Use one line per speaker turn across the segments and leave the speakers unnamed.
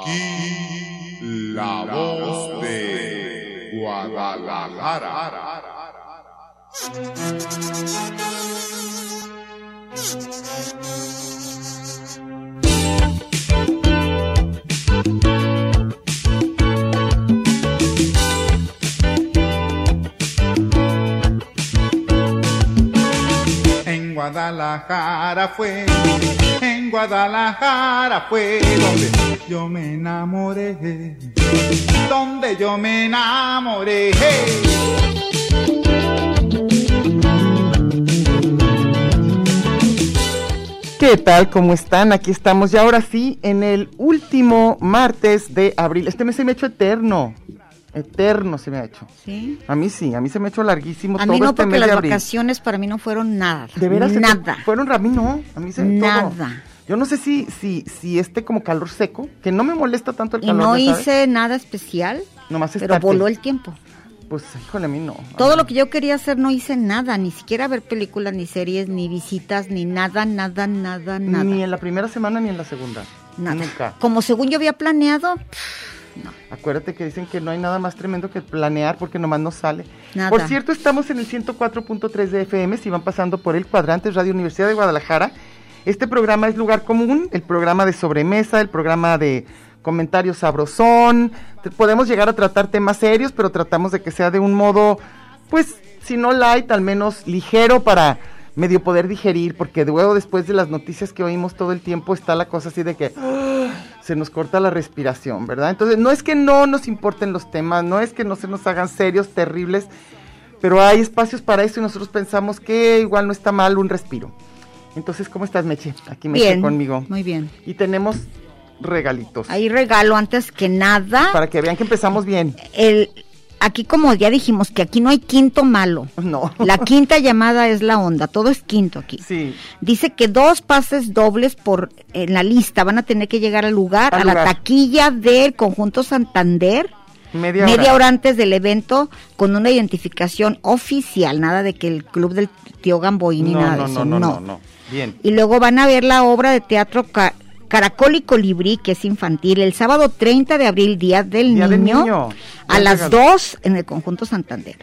Aquí la voz de Guadalajara.
En Guadalajara fue, en Guadalajara fue donde yo me enamoré, donde yo me enamoré.
¿Qué tal? ¿Cómo están? Aquí estamos ya ahora sí en el último martes de abril. Este mes se me ha hecho eterno. Eterno se me ha hecho.
Sí.
A mí sí, a mí se me ha hecho larguísimo
A
todo
mí no,
este
porque
mes
las
de abril.
vacaciones para mí no fueron nada.
De veras se te-
Nada.
fueron a mí no, a mí se me
Nada.
todo. Yo no sé si si si este como calor seco, que no me molesta tanto el
Y
calor,
no
ya sabes.
hice nada especial,
Nomás
pero
estarte.
voló el tiempo.
Pues híjole, a mí no.
Todo lo que yo quería hacer no hice nada, ni siquiera ver películas, ni series, ni visitas, ni nada, nada, nada, nada.
Ni en la primera semana ni en la segunda.
nada.
Nunca.
Como según yo había planeado,
Acuérdate que dicen que no hay nada más tremendo que planear porque nomás no sale.
Nada.
Por cierto, estamos en el 104.3 de FM, si van pasando por el cuadrante Radio Universidad de Guadalajara. Este programa es Lugar Común, el programa de sobremesa, el programa de comentarios sabrosón. Te- Podemos llegar a tratar temas serios, pero tratamos de que sea de un modo, pues, si no light, al menos ligero para medio poder digerir, porque luego después de las noticias que oímos todo el tiempo está la cosa así de que se nos corta la respiración, ¿verdad? Entonces, no es que no nos importen los temas, no es que no se nos hagan serios, terribles, pero hay espacios para eso y nosotros pensamos que igual no está mal un respiro. Entonces, ¿cómo estás, Meche? Aquí Meche
bien.
conmigo.
Muy bien.
Y tenemos regalitos.
Ahí regalo antes que nada.
Para que vean que empezamos bien.
el aquí como ya dijimos que aquí no hay quinto malo.
No.
La quinta llamada es la onda, todo es quinto aquí.
Sí.
Dice que dos pases dobles por en la lista van a tener que llegar al lugar,
Al
a la
lugar.
taquilla del conjunto Santander.
Media,
media hora antes del evento con una identificación oficial, nada de que el club del tío Gamboín ni
No,
nada
no,
de
no,
eso,
no, no, no. Bien.
Y luego van a ver la obra de teatro Ca- Caracol y Colibrí, que es infantil, el sábado 30 de abril, Día del, niño,
Día del Niño.
a
Buen
las
regalo.
2 en el conjunto Santander.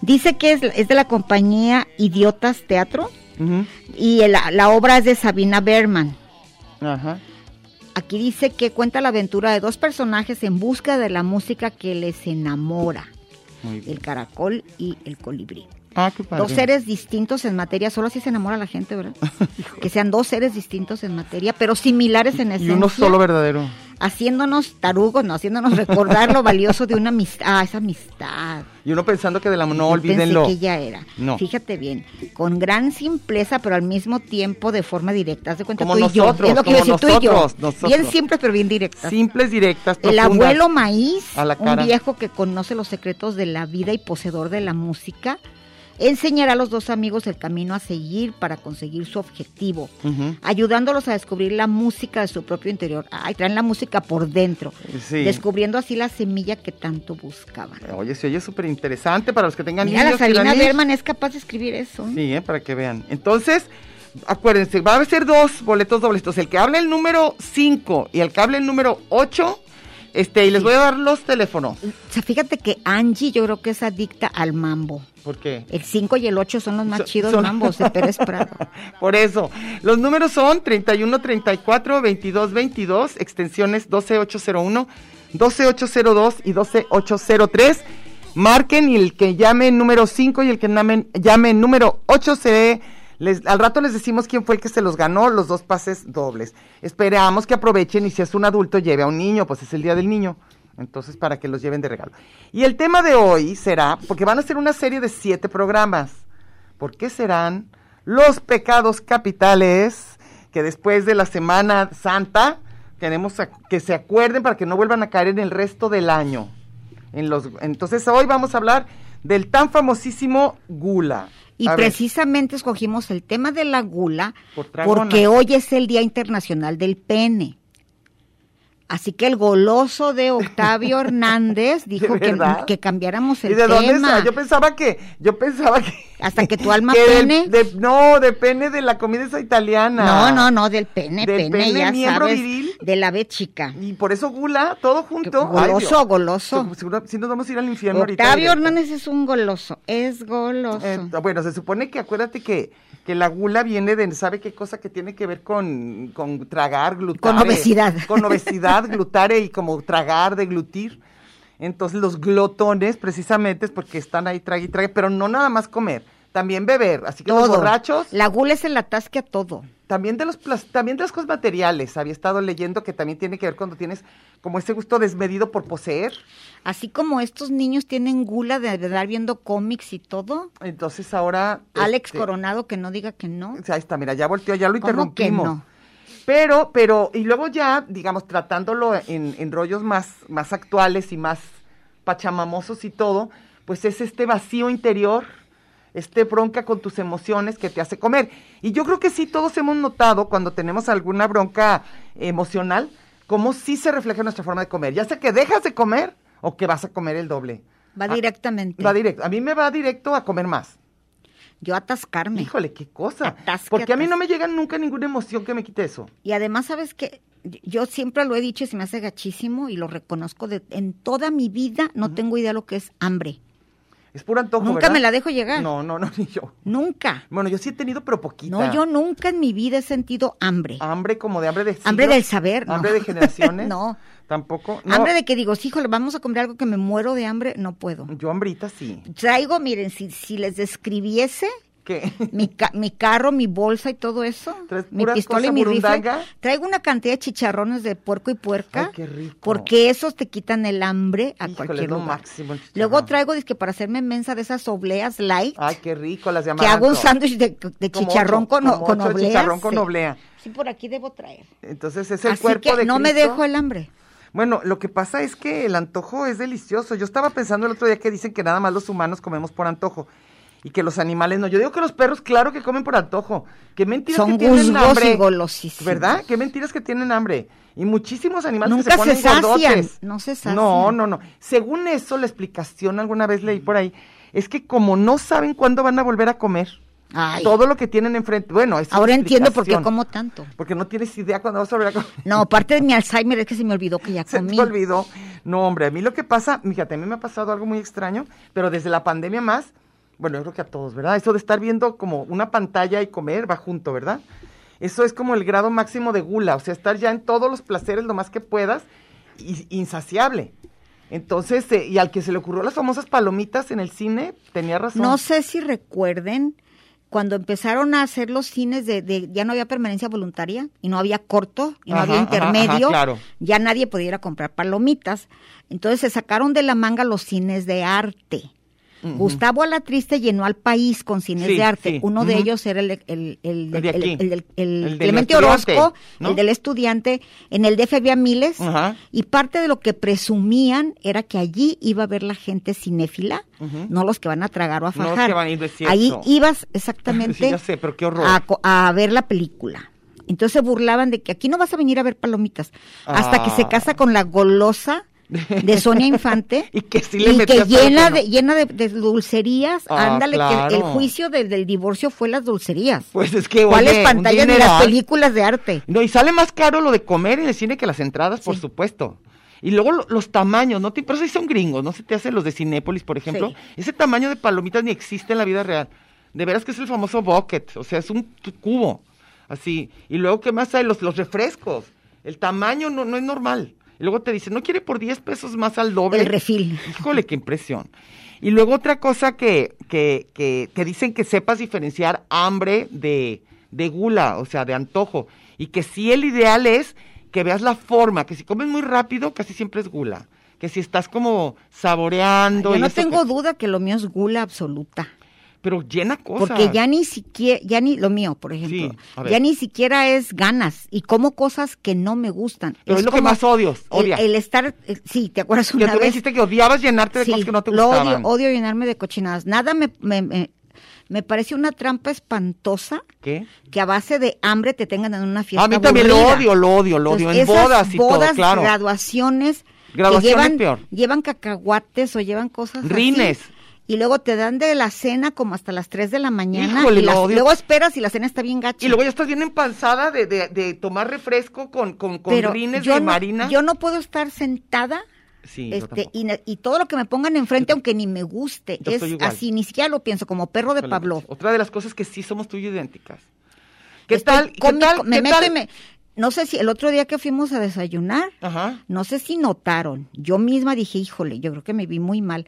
Dice que es, es de la compañía Idiotas Teatro
Ujú.
y el- la obra es de Sabina Berman.
Ajá.
Aquí dice que cuenta la aventura de dos personajes en busca de la música que les enamora
Muy bien.
el caracol y el colibrí.
Ah, qué padre.
Dos seres distintos en materia, solo así se enamora la gente, ¿verdad? que sean dos seres distintos en materia, pero similares en
Y
esencia.
uno solo verdadero.
Haciéndonos tarugos, no, haciéndonos recordar lo valioso de una amistad, ah, esa amistad.
Y uno pensando que de la no
Yo pensé
olvídenlo.
que ya era.
No.
Fíjate bien, con gran simpleza, pero al mismo tiempo de forma directa. Haz de cuenta
Como
tú y yo.
nosotros,
Es lo que iba a
como
decir, tú y yo.
nosotros, nosotros.
Bien siempre, pero bien directa.
Simples, directas,
El
profundas.
abuelo maíz,
A la
un
cara.
viejo que conoce los secretos de la vida y poseedor de la música, enseñará a los dos amigos el camino a seguir para conseguir su objetivo,
Ujú.
ayudándolos a descubrir la música de su propio interior. Ay, traen la música por dentro,
Sí.
descubriendo así la semilla que tanto buscaban.
Oye, se oye súper interesante para los que tengan
Mira, la
niños. quieran
Sabina
ir.
Berman es capaz de escribir eso. ¿eh?
Sí, eh, para que vean. Entonces, acuérdense, va a ser dos boletos dobles. Entonces, el que hable el número 5 y el que hable el número 8, este, y les voy a dar los teléfonos.
O sea, fíjate que Angie yo creo que es adicta al mambo.
¿Por qué?
El 5 y el 8 son los más
Son-
chidos
son-
mambos de Pérez Prado.
Por eso, los números son 31 34 22 22, extensiones 12801, 12802 y 12803. Marquen y el que llame número 5 y el que llame, llame número 8 se Les, al rato les decimos quién fue el que se los ganó, los dos pases dobles. Esperamos que aprovechen y si es un adulto lleve a un niño, pues es el día del niño. Entonces, para que los lleven de regalo. Y el tema de hoy será, porque van a ser una serie de siete programas. ¿Por qué serán los pecados capitales que después de la Semana Santa queremos a- que se acuerden para que no vuelvan a caer en el resto del año? En los, entonces, hoy vamos a hablar del tan famosísimo gula.
Y
A ver.
precisamente escogimos el tema de la gula
Por tragona.
porque hoy es el Día Internacional del Pene. Así que el goloso de Octavio Hernández dijo que,
verdad?
que cambiáramos el
¿Y de
tema.
dónde está? Yo pensaba que, yo pensaba que.
Hasta que tu alma
del-
pene.
de- no, de pene de la comida esa italiana.
No, no, no, del pene, pene,
Del pene,
ya
miembro
sabes,
viril.
de la B chica.
Y por eso gula, todo junto.
Goloso,
Ay, Dios.
goloso.
Se- seguro- Si nos vamos a ir al infierno ahorita.
Octavio
directo.
Hernández es un goloso, es goloso.
Eh, bueno, se supone que acuérdate que, que la gula viene de, ¿sabe qué cosa que tiene que ver con, con tragar, glutar? eh,
Con obesidad.
Con obesidad, glutar eh, y como tragar, deglutir. Entonces los glotones precisamente es porque están ahí trague y trague, pero no nada más comer, también beber. Así que los
Todo.
borrachos,
La gula es el atasque a todo.
también de los plas- también de las cosas materiales. Había estado leyendo que también tiene que ver cuando tienes como ese gusto desmedido por poseer.
Así como estos niños tienen gula de andar viendo cómics y todo,
Entonces ahora...
Alex
este,
Coronado que no diga que no.
Ahí está, mira, ya volteó, ya lo
¿Cómo que
interrumpimos.
no?
Pero, pero, y luego ya, digamos, tratándolo en, en rollos más, más actuales y más pachamamosos y todo, pues es este vacío interior, este bronca con tus emociones que te hace comer. Y yo creo que sí todos hemos notado cuando tenemos alguna bronca emocional, cómo sí se refleja en nuestra forma de comer. Ya sea que dejas de comer o que vas a comer el doble.
Va
Ah,
directamente.
Va directo. A mí me va directo a comer más.
Yo atascarme.
Híjole, qué cosa.
Mm. Atasque,
Porque a mí no
atasque.
me llega nunca ninguna emoción que me quite eso.
Y además, ¿sabes qué? Yo siempre lo he dicho y se me hace gachísimo y lo reconozco. de- en toda mi vida no tengo idea lo que es hambre.
Es puro antojo.
Nunca
¿verdad?
me la dejo llegar.
No, no, no, ni yo.
Nunca.
Bueno, yo sí he tenido, pero poquita.
No, yo nunca en mi vida he sentido hambre.
Hambre como de hambre de siglos,
Hambre del saber, no.
Hambre de generaciones.
No.
Tampoco. No,
Hambre de que digo, sí, híjole, vamos a comer algo que me muero de hambre, no puedo.
Yo hambrita sí.
Traigo, miren, si, si les describiese
¿Qué?
mi, ca- mi carro, mi bolsa y todo eso,
Traes
mi
puras
pistola y
cosas
mi rifle,
burundanga.
traigo una cantidad de chicharrones de puerco y puerca,
Ay, qué rico.
porque esos te quitan el hambre a
Híjole, es
cualquier
lo
lugar.
máximo el chicharrón.
Luego traigo, dizque para hacerme mensa de esas obleas light,
Ay, qué rico las
que
llamadas.
hago un sándwich de, de chicharrón con,
como
con
ocho de
oblea.
chicharrón con
sí.
oblea.
Sí, por aquí debo traer.
Entonces es el
Así
cuerpo
que
de
no me
Cristo.
dejo el hambre.
Bueno, lo que pasa es que el antojo es delicioso. Yo estaba pensando el otro día que dicen que nada más los humanos comemos por antojo y que los animales no. Yo digo que los perros, claro que comen por antojo. Qué mentiras
Son
que tienen
musgos
hambre.
y golosísimos.
¿Verdad? Qué mentiras que tienen hambre. Y muchísimos animales que se
Nunca
ponen
se sacian,
gordotes.
no se sacian.
No, no, no. Según eso, la explicación alguna vez leí por ahí es que como no saben cuándo van a volver a comer
Ay,
todo lo que tienen enfrente. Bueno, esa es la
ahora entiendo por qué
explicación.
como tanto.
Porque no tienes idea cuándo vas a volver a comer.
No, aparte de mi Alzheimer es que se me olvidó que ya
Se
comí.
te olvidó. No, hombre, a mí lo que pasa, fíjate, a mí me ha pasado algo muy extraño, pero desde la pandemia más, bueno, yo creo que a todos, ¿verdad? Eso de estar viendo como una pantalla y comer va junto, ¿verdad? Eso es como el grado máximo de gula, o sea, estar ya en todos los placeres lo más que puedas, y- insaciable. Entonces, eh, y al que se le ocurrió las famosas palomitas en el cine, tenía razón.
No sé si recuerden cuando empezaron a hacer los cines de, de- ya no había permanencia voluntaria y no había corto y no
Ajá,
había
ajá, ajá,
intermedio,
claro.
ya nadie pudiera comprar palomitas. Entonces se sacaron de la manga los cines de arte. Gustavo Alatriste llenó al país con cines
Sí,
de arte.
sí,
Uno de
ujú.
ellos era el, el, el,
El de
el-
aquí.
el del- el
El del
Clemente
estudiante,
Orozco,
¿no?
el del estudiante. En el DF había miles.
Ajá.
Y parte de lo que presumían era que allí iba a ver la gente cinéfila,
Ujú.
no los que van a tragar o a
No los
fajar.
que van a ir de cierto.
Ahí ibas exactamente
Sí, ya sé, pero qué horror.
a, co- a ver la película. Entonces se burlaban de que aquí no vas a venir a ver palomitas. Hasta que se
Ah.
casa con la golosa de Sonia Infante.
Y que sí le
y
metió
que
hasta lo
llena,
que no.
de, llena de, de dulcerías.
Ah,
Ándale, que el
claro.
juicio del- del divorcio fue las dulcerías.
Pues es que,
¿Cuáles
oye, un
pantallas ni las
dineral.
películas de arte?
No, y sale más caro lo de comer en el cine que las entradas, por supuesto. Y luego lo- los tamaños, ¿no? Te, pero esos sí son gringos, ¿no? Se te hacen los de Cinépolis, por ejemplo.
Sí.
Ese tamaño de palomitas ni existe en la vida real. De veras que es el famoso bucket, o sea, es un tu- cubo, así. Y luego, ¿qué más hay? Los, los refrescos. El tamaño no, no es normal. Y luego te dicen, ¿no quiere por 10 pesos más al doble?
El refil.
Híjole, qué impresión. Y luego otra cosa que, que, que te dicen que sepas diferenciar hambre de, de gula, o sea, de antojo. Y que sí el ideal es que veas la forma, que si comes muy rápido, casi siempre es gula. Que si estás como saboreando.
Yo
y
no
eso que-
tengo duda que lo mío es gula absoluta.
Pero llena cosas.
Porque ya ni siquiera, ya ni lo mío, por ejemplo,
Sí, a ver.
ya ni siquiera es ganas y como cosas que no me gustan.
Pero es lo que
como
más odias,
el-
odias.
El, estar, eh, sí, ¿te acuerdas
Que
una
tú me
vez?
dijiste que odiabas llenarte de
Sí,
cosas que no te
lo odio,
gustaban.
odio llenarme de cochinadas. Nada me, me, me, me parece una trampa espantosa
¿Qué?
que a base de hambre te tengan en una fiesta
A mí también lo
aburrida.
odio, lo odio, lo odio.
Entonces,
en
esas
bodas y todo,
bodas,
claro.
graduaciones. que
Graduación es
llevan,
peor.
Llevan cacahuates o llevan cosas así,
Rines.
y luego te dan de la cena como hasta las 3 de la mañana.
Híjole,
y
lo
las-
odio.
luego esperas y la cena está bien gacha.
Y luego ya estás bien empanzada de, de, de tomar refresco con, con, con
Pero
rines
yo
de
no,
marina.
Yo no puedo estar sentada
sí, yo
este,
tampoco.
y, ne- y todo lo que me pongan enfrente, aunque ni me guste,
yo
es
estoy igual.
así, ni siquiera lo pienso, como perro de
Híjole,
Pablo.
Meche. Otra de las cosas que sí somos tú y yo idénticas. ¿Qué
Estoy
tal? ¿Qué
cómico,
tal?
Me
¿Qué
meto
tal?
y me- No sé si el otro día que fuimos a desayunar,
Ajá.
No sé si notaron, yo misma dije, híjole, yo creo que me vi muy mal.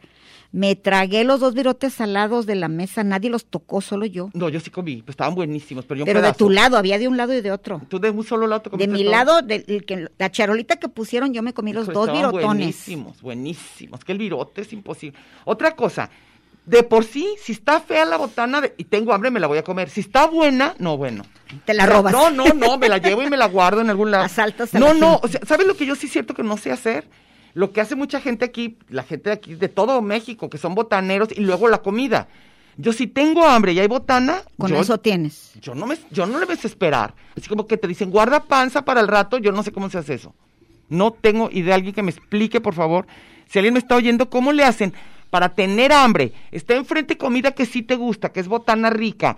Me tragué los dos virotes salados de la mesa, nadie los tocó, solo yo.
No, yo sí comí, pero estaban buenísimos. Pero, yo un
Pero de
pedazo.
tu lado, había de un lado y de otro.
Tú de un solo lado te
De
comiste
mi
todo.
lado, de, el que- la charolita que pusieron, yo me comí los
Híjole,
dos
estaban
virotones.
Buenísimos, buenísimos. Que el virote es imposible. Otra cosa, de por sí, si está fea la botana de- y tengo hambre, me la voy a comer. Si está buena, no, bueno.
Te la robas.
No, no, no, me la llevo y me la guardo en algún lado.
Asaltas a
No,
la
no,
gente.
o sea, ¿sabes lo que yo sí es cierto que no sé hacer? Lo que hace mucha gente aquí, la gente de aquí, de todo México, que son botaneros, y luego la comida. Yo si tengo hambre y hay botana,
Con
yo,
eso tienes.
yo no me, yo no le voy a desesperar. Así como que te dicen, guarda panza para el rato, yo no sé cómo se hace eso. No tengo idea, alguien que me explique, por favor. Si alguien me está oyendo, ¿cómo le hacen para tener hambre? Está enfrente comida que sí te gusta, que es botana rica,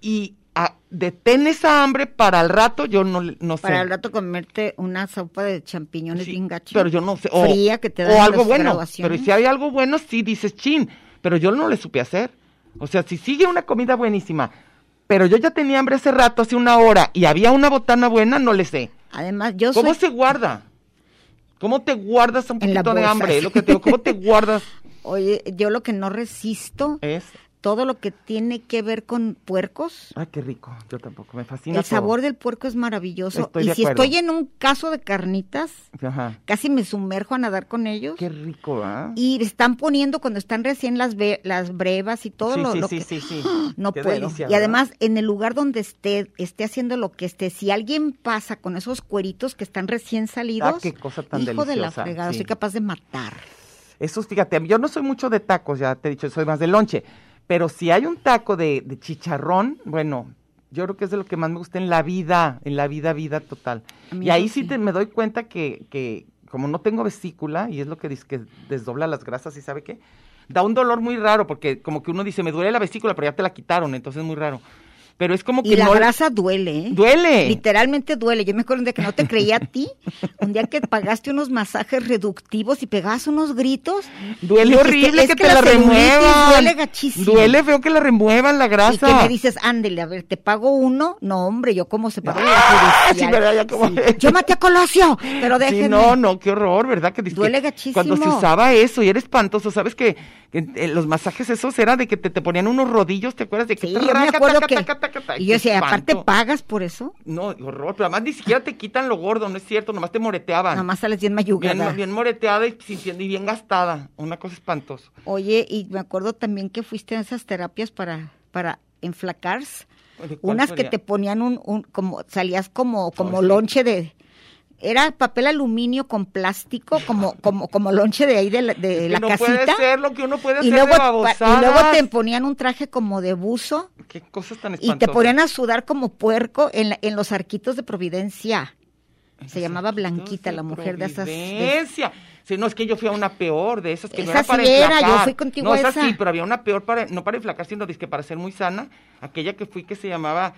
y ah, detén esa hambre para el rato, yo no, le- no sé.
Para al rato comerte una sopa de champiñones
Sí,
bien gacha.
Pero yo no sé. O,
fría que te
o
dan en
algo
las
bueno. Pero
graduaciones.
si hay algo bueno, sí dices chin. Pero yo no le supe hacer. O sea, si sigue una comida buenísima, pero yo ya tenía hambre hace rato, hace una hora, y había una botana buena, no le sé.
Además, yo
¿Cómo
soy...
se guarda? ¿Cómo te guardas un
En la
poquito de
bolsa.
hambre? Es Lo que te digo, ¿cómo te guardas?
Oye, yo lo que no resisto,
Es.
todo lo que tiene que ver con puercos...
Ay, qué rico. Yo tampoco. Me fascina.
El sabor
todo.
del puerco es maravilloso.
Estoy
y
de
si
acuerdo.
estoy en un caso de carnitas,
Ajá.
casi me sumerjo a nadar con ellos.
Qué rico, ¿ah?
Y están poniendo cuando están recién las ve- las brevas y todo
sí,
lo,
sí,
lo
sí,
que
sí, sí.
no
Qué
puedo.
delicia,
y
¿verdad?
además en el lugar donde esté esté haciendo lo que esté, si alguien pasa con esos cueritos que están recién salidos,
Ah, qué cosa tan
hijo de la
deliciosa,
fregada,
sí.
soy capaz de matar.
Esos, fíjate, yo no soy mucho de tacos, ya te he dicho, soy más de lonche. Pero si hay un taco de, de chicharrón, bueno, yo creo que es de lo que más me gusta en la vida, en la vida, vida total.
A mí
Y ahí
eso
sí
sí.
te, me doy cuenta que, que como no tengo vesícula, y es lo que dice que desdobla las grasas y sabe qué, da un dolor muy raro, porque como que uno dice, me duele la vesícula, pero ya te la quitaron, entonces es muy raro. Pero es como que
Y la
no-
grasa duele, ¿eh?
duele.
Literalmente duele. Yo me acuerdo un día que no te creía a ti, un día que pagaste unos masajes reductivos y pegabas unos gritos.
Duele
Y dijiste,
horrible
"Es
que,
que
te la,
la celulitis
remuevan.
duele gachísimo".
Duele feo que la remuevan la grasa.
Y que me dices, ándele, a ver, te pago uno. No, hombre, yo como se paga la
Ah,
judicial.
sí, ¿verdad? Ya como-
Yo maté a Colosio, pero déjenme.
Sí, no, no, qué horror, ¿verdad? Que dizque
Duele gachísimo.
Cuando se usaba eso y era espantoso, ¿sabes que, que, eh, los masajes esos era de que te, te ponían unos rodillos, ¿te acuerdas? De que
Sí,
te
yo me
raca,
acuerdo
taca,
que.
taca, taca, taca,
Y yo
qué
decía, aparte
espanto.
pagas por eso.
No, horror, pero además ni siquiera te quitan lo gordo, no es cierto, nomás te moreteaban.
Nada más sales bien
bien,
mayugada.
bien moreteada y sintiendo y bien gastada, una cosa espantosa.
Oye, y me acuerdo también que fuiste a esas terapias para, para enflacar.
¿De cuál
Unas que
sería?
te ponían un, un- como, salías como, como
sí.
lonche de. Era papel aluminio con plástico, como, como, como lonche de ahí de la, de
Que
la
no
casita.
puede ser lo que uno puede hacer
y luego,
de
pa-
babosadas.
y luego te ponían un traje como de buzo
Qué cosas
y
tan espantosas.
te ponían a sudar como puerco en, la- en los arquitos de Providencia. Se llamaba Blanquita, la mujer de esas. de-
Providencia. Sí, no, es que yo fui a una peor de esas que no
Esa
era para
sí era, yo
enflacar.
fui contigo
No,
a
esa,
esa.
sí, pero había una peor para, no para enflacar, sino dizque para ser muy sana. Aquella que fui que se llamaba,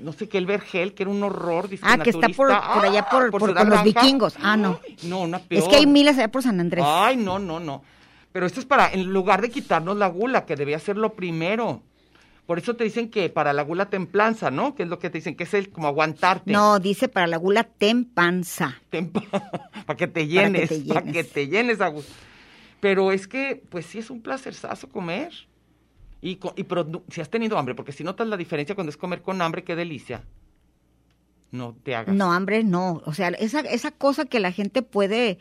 no sé qué, el vergel, que era un horror. dizque
Ah, que está por,
naturista.
por allá
Ah,
por, por-
Ciudad
con los
Blanca.
vikingos. Ah, no.
Ay, No, una peor.
Es que hay miles allá por San Andrés.
Ay, no, no, no. Pero esto es para, en lugar de quitarnos la gula, que debía ser lo primero. Por eso te dicen que para la gula templanza, ¿no? Que es lo que te dicen, que es el como aguantarte.
No, dice para la gula ten panza.
Tempa- para que te llenes, para que te llenes,
llenes.
Agus. Pero es que, pues sí es un placerzazo comer. Y, co- y produ- si has tenido hambre, porque si notas la diferencia cuando es comer con hambre, qué delicia. No te hagas.
No, hambre no. O sea, esa, esa cosa que la gente puede,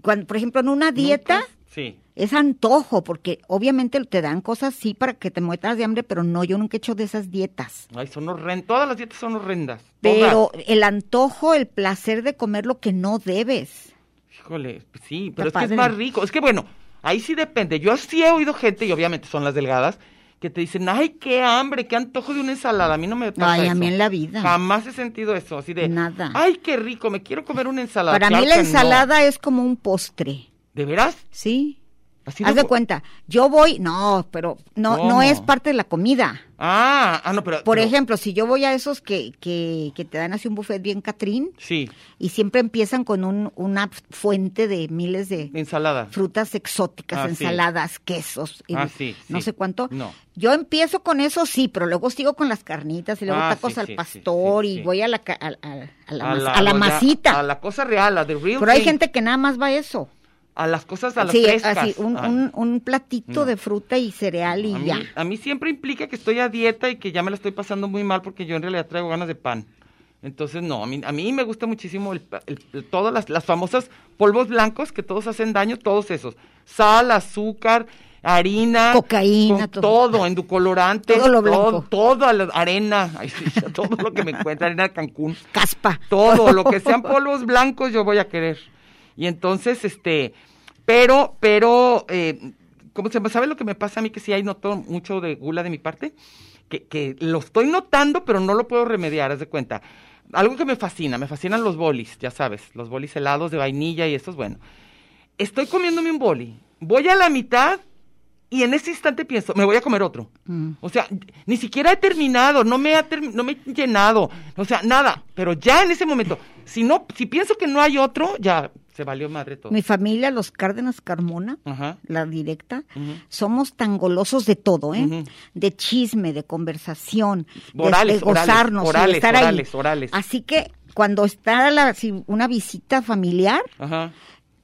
cuando, por ejemplo, en una
Nunca-
dieta
Sí.
es antojo, porque obviamente te dan cosas sí para que te muestras de hambre, pero no, yo nunca he hecho de esas dietas.
Ay, son horrendas. Todas las dietas son horrendas.
Pero
Todas.
el antojo, el placer de comer lo que no debes.
Híjole, sí, pero es
Está
que es
padre.
más rico. Es que bueno, ahí sí depende. Yo sí he oído gente, y obviamente son las delgadas, que te dicen, ay, qué hambre, qué antojo de una ensalada. A mí no me pasa
Ay, a
eso.
mí en la vida.
Jamás he sentido eso, así de.
Nada.
Ay, qué rico, me quiero comer una ensalada.
para
Claro
mí la
que no.
ensalada es como un postre,
¿De veras?
¿sí?
Así
Haz
de-
de cuenta, yo voy, no, pero no,
¿Cómo?
no es parte de la comida.
Ah, ah, no, pero.
Por
pero-
ejemplo, si yo voy a esos que, que, que te dan así un buffet bien catrín
Sí,
y siempre empiezan con un- una fuente de miles de
ensalada.
frutas exóticas,
Ah, sí.
ensaladas, quesos, y
Ah, sí,
no
sí.
sé cuánto.
No.
Yo empiezo con eso, sí, pero luego sigo con las carnitas y luego
Ah,
tacos
sí,
al
sí, sí,
pastor
sí, sí.
y voy a la, ca- a, a- a la,
A
mas- a la
o ya-
masita.
A la cosa real, a the real
pero hay
thing,
gente que nada más va a eso.
A las cosas, a las
sí, eh,
frescas. Ah.
así, un,
Ay.
un- un platito
No.
de fruta y cereal y
a
ya.
Mí, a mí siempre implica que estoy a dieta y que ya me la estoy pasando muy mal porque yo en realidad traigo ganas de pan. Entonces, no, a mí, a mí me gusta muchísimo el, pa- el- el- todas las, las famosas polvos blancos que todos hacen daño, todos esos. Sal, azúcar, harina.
Cocaína,
con
todo.
Todo, endulcorante.
Todo lo blanco.
toda la arena. ay, sí, todo lo que me encuentra, arena de Cancún
Caspa.
todo lo que sean polvos blancos yo voy a querer y entonces este pero pero eh, cómo se llama sabes lo que me pasa a mí que sí hay noto mucho de gula de mi parte que, que lo estoy notando pero no lo puedo remediar haz de cuenta algo que me fascina me fascinan los bolis ya sabes los bolis helados de vainilla y estos bueno estoy comiéndome un boli voy a la mitad y en ese instante pienso, me voy a comer otro.
Mm.
O sea, ni siquiera he terminado, no me, ha term- no me he llenado, o sea, nada. Pero ya en ese momento, si no, si pienso que no hay otro, ya se valió madre todo.
Mi familia, los Cárdenas Carmona,
Ajá.
la directa,
Ujú.
somos tan golosos de todo, ¿eh?
Ujú.
De chisme, de conversación, de-
Orales,
de, gozarnos,
orales,
y de
orales,
estar
orales,
ahí.
orales.
Así que cuando está la- si una visita familiar,
Ajá.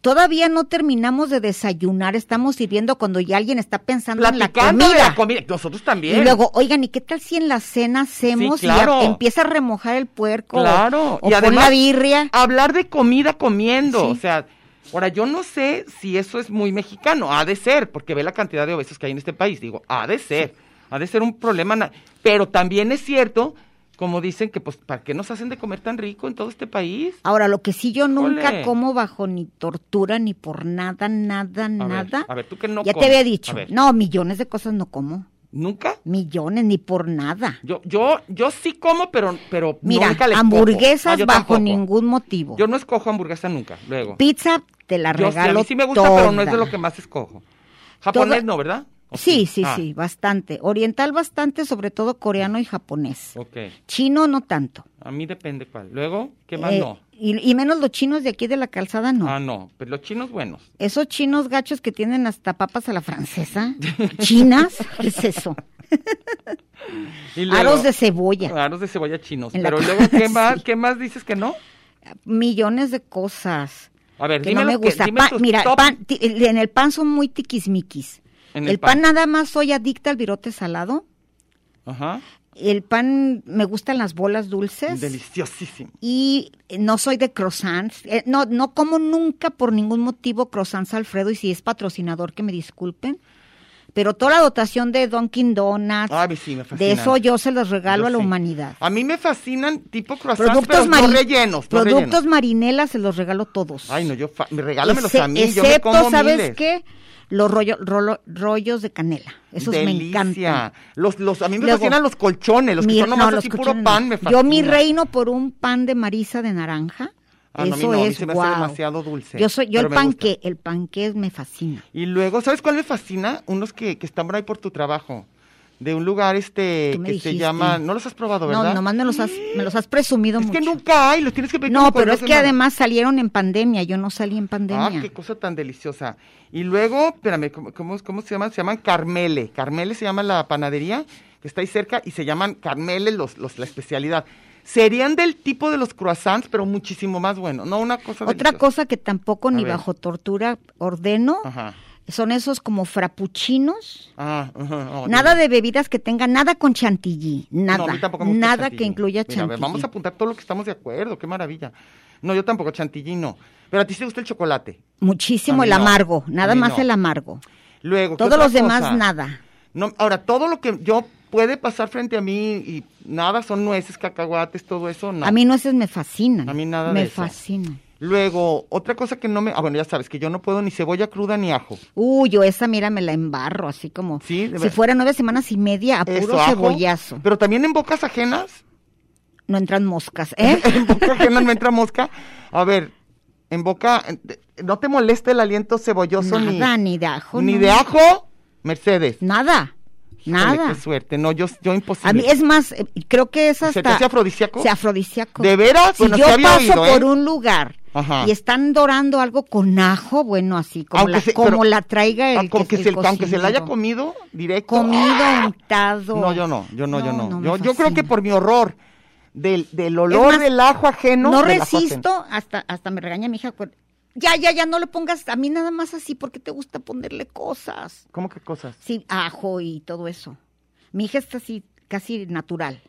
todavía no terminamos de desayunar, estamos sirviendo cuando ya alguien está pensando
Platicando
en
de
la comida.
la comida. Nosotros también.
Y luego, oigan, ¿y qué tal si en la cena hacemos
Sí, claro.
y ya empieza a remojar el puerco?
Claro.
O, y la birria.
Hablar de comida comiendo.
Sí.
O sea, ahora yo no sé si eso es muy mexicano. Ha de ser, porque ve la cantidad de obesos que hay en este país. Digo, ha de ser. Ha de ser un problema. na- Pero también es cierto, como dicen, que pues, ¿para qué nos hacen de comer tan rico en todo este país?
Ahora, lo que sí yo nunca
Ole.
como bajo ni tortura ni por nada, nada,
ver,
nada.
a ver, ¿tú qué no
Ya
comes?
te había
A
dicho.
ver.
No, millones de cosas no como.
¿Nunca?
Millones, ni por nada.
Yo, yo, yo sí como, pero, pero
Mira,
nunca le escojo. Ah,
hamburguesas
yo
bajo
tampoco.
ningún motivo.
Yo no escojo hamburguesa nunca, luego.
Pizza te la
Yo sí, a
regalo
mí sí me gusta, pero no es de
toda.
lo que más escojo. Japonés
Toda-
no, ¿verdad? ¿O
Sí, sí,
Ah,
sí, bastante. Oriental bastante, sobre todo coreano y japonés.
Ok.
Chino no tanto.
A mí depende cuál. Luego, ¿qué más
Eh,
no?
Y, y menos los chinos de aquí de la calzada, no.
Ah, no. Pues los chinos buenos.
Esos chinos gachos que tienen hasta papas a la francesa. ¿Chinas? ¿Qué es eso?
Y
Aros
luego- Ah.
de cebolla.
Aros de cebolla chinos.
En la
Pero
cara,
luego, ¿qué
sí.
más, ¿qué más dices que no?
Millones de cosas.
A ver,
que
dime
no
lo
me
que-
gusta.
dime
Pan-
tus
mira,
top.
pan- ti- en el pan son muy tiquismiquis.
En el
el pan.
pan.
nada más soy adicta al virote salado.
Ajá.
El pan me gustan las bolas dulces.
Deliciosísimo.
y no soy de croissants. Eh, no, no como nunca por ningún motivo croissants Alfredo y si es patrocinador que me disculpen. Pero toda la dotación de Dunkin Donuts,
Ay, sí, me fascina.
de eso yo se los regalo
Yo
a la
sí.
humanidad.
A mí me fascinan tipo croissants,
Productos,
pero no
mari-
rellenos. no
productos
rellenos.
marinela se los regalo todos.
Ay, no, yo fa- me regálamelos a mí.
Exce-
yo me como
excepto, ¿sabes
miles.
qué? Los rollo- rolo- rollos de canela. Esos me
Delicia.
encantan.
Los, los, a mí me
Luego,
fascinan los colchones, los
Mi-
que son nomás
no, los
así puro
colchones no.
pan. Me
Yo mi
fascina.
reino por un pan de marisa de naranja.
Ah, no, a mí
Eso
no, a mí
es
se me hace
guau.
demasiado dulce,
Yo soy yo el
pero me gusta.
panque, el panque me fascina.
Y luego, ¿sabes cuál me fascina? Unos que, que están por ahí por tu trabajo. De un lugar este
¿Qué me
que se
dijiste?
llama. No los has probado, ¿verdad?
No, nomás me los has me los has presumido
Es
mucho.
que nunca hay, los tienes que pedir
no,
como
pero
cualquier
es que
semana.
además salieron en pandemia, yo no salí en
Ah,
pandemia.
qué cosa tan deliciosa. Y luego, espérame, ¿cómo, cómo, cómo se llaman? Se llaman Carmele. Carmele se llama la panadería que está ahí cerca y se llaman Carmele los, los, la especialidad. Serían del tipo de los croissants, pero muchísimo más bueno. No, una cosa
Otra
deliciosa.
cosa que tampoco ni
ver.
bajo tortura ordeno
Ajá.
Son esos como frappuccinos.
Ah, ajá, oh,
Nada
Dios.
de bebidas que tengan nada con chantilly,
No, a
nada.
mí tampoco me gusta
nada
chantilly.
que incluya
Mira, a
chantilly.
ver, vamos a apuntar todo lo que estamos de acuerdo, qué maravilla. No, yo tampoco, chantilly no. Pero a ti sí te gusta el chocolate.
Muchísimo
A mí
el
no.
amargo,
A
nada
mí
más
no.
el amargo.
Luego, ¿qué
Todos
otra
los demás
cosa?
nada.
No, ahora, todo lo que yo puede pasar frente a mí y nada, son nueces, cacahuates, todo eso, no.
A mí nueces me fascinan.
A mí nada
Me
de eso.
fascinan.
Luego, otra cosa que no me... Ah, bueno, ya sabes, que yo no puedo ni cebolla cruda ni ajo.
Uy, yo esa mira me la embarro, así como
Sí, de
si
ver-
fuera nueve semanas y media a puro
Eso, ajo.
cebollazo.
Pero también en bocas ajenas,
No entran moscas, ¿eh?
en boca ajena no entra mosca. A ver, en boca... No te molesta el aliento cebolloso ni...
nada, ni de ajo.
Ni
no.
de ajo, Mercedes.
Nada,
Híjole,
nada.
Qué suerte. No, yo, yo imposible.
A mí, es más, eh, creo que es
¿Se
hasta...
te hace afrodisíaco?
Se afrodisíaco.
¿De veras?
Si
Bueno,
yo
sí había
paso
oído, ¿eh?
por un lugar
Ajá.
y están dorando algo con ajo, bueno, así, como,
Aunque
la,
se-
como
pero-
la traiga el,
Ah, como
que-
que
el
se, aunque se la haya
cocinero.
comido directo. ¡Ah!
Comido, untado.
No, yo no, yo no, yo no.
me
yo, yo creo que
fascina.
por mi horror del, del
Es
olor
más,
del ajo ajeno.
No
del ajo ajeno.
resisto, hasta, hasta me regaña mi hija. cu- Ya, ya, ya, no le pongas a mí nada más así porque te gusta ponerle cosas.
¿Cómo que cosas?
Sí, ajo y todo eso. Mi hija está así, casi natural.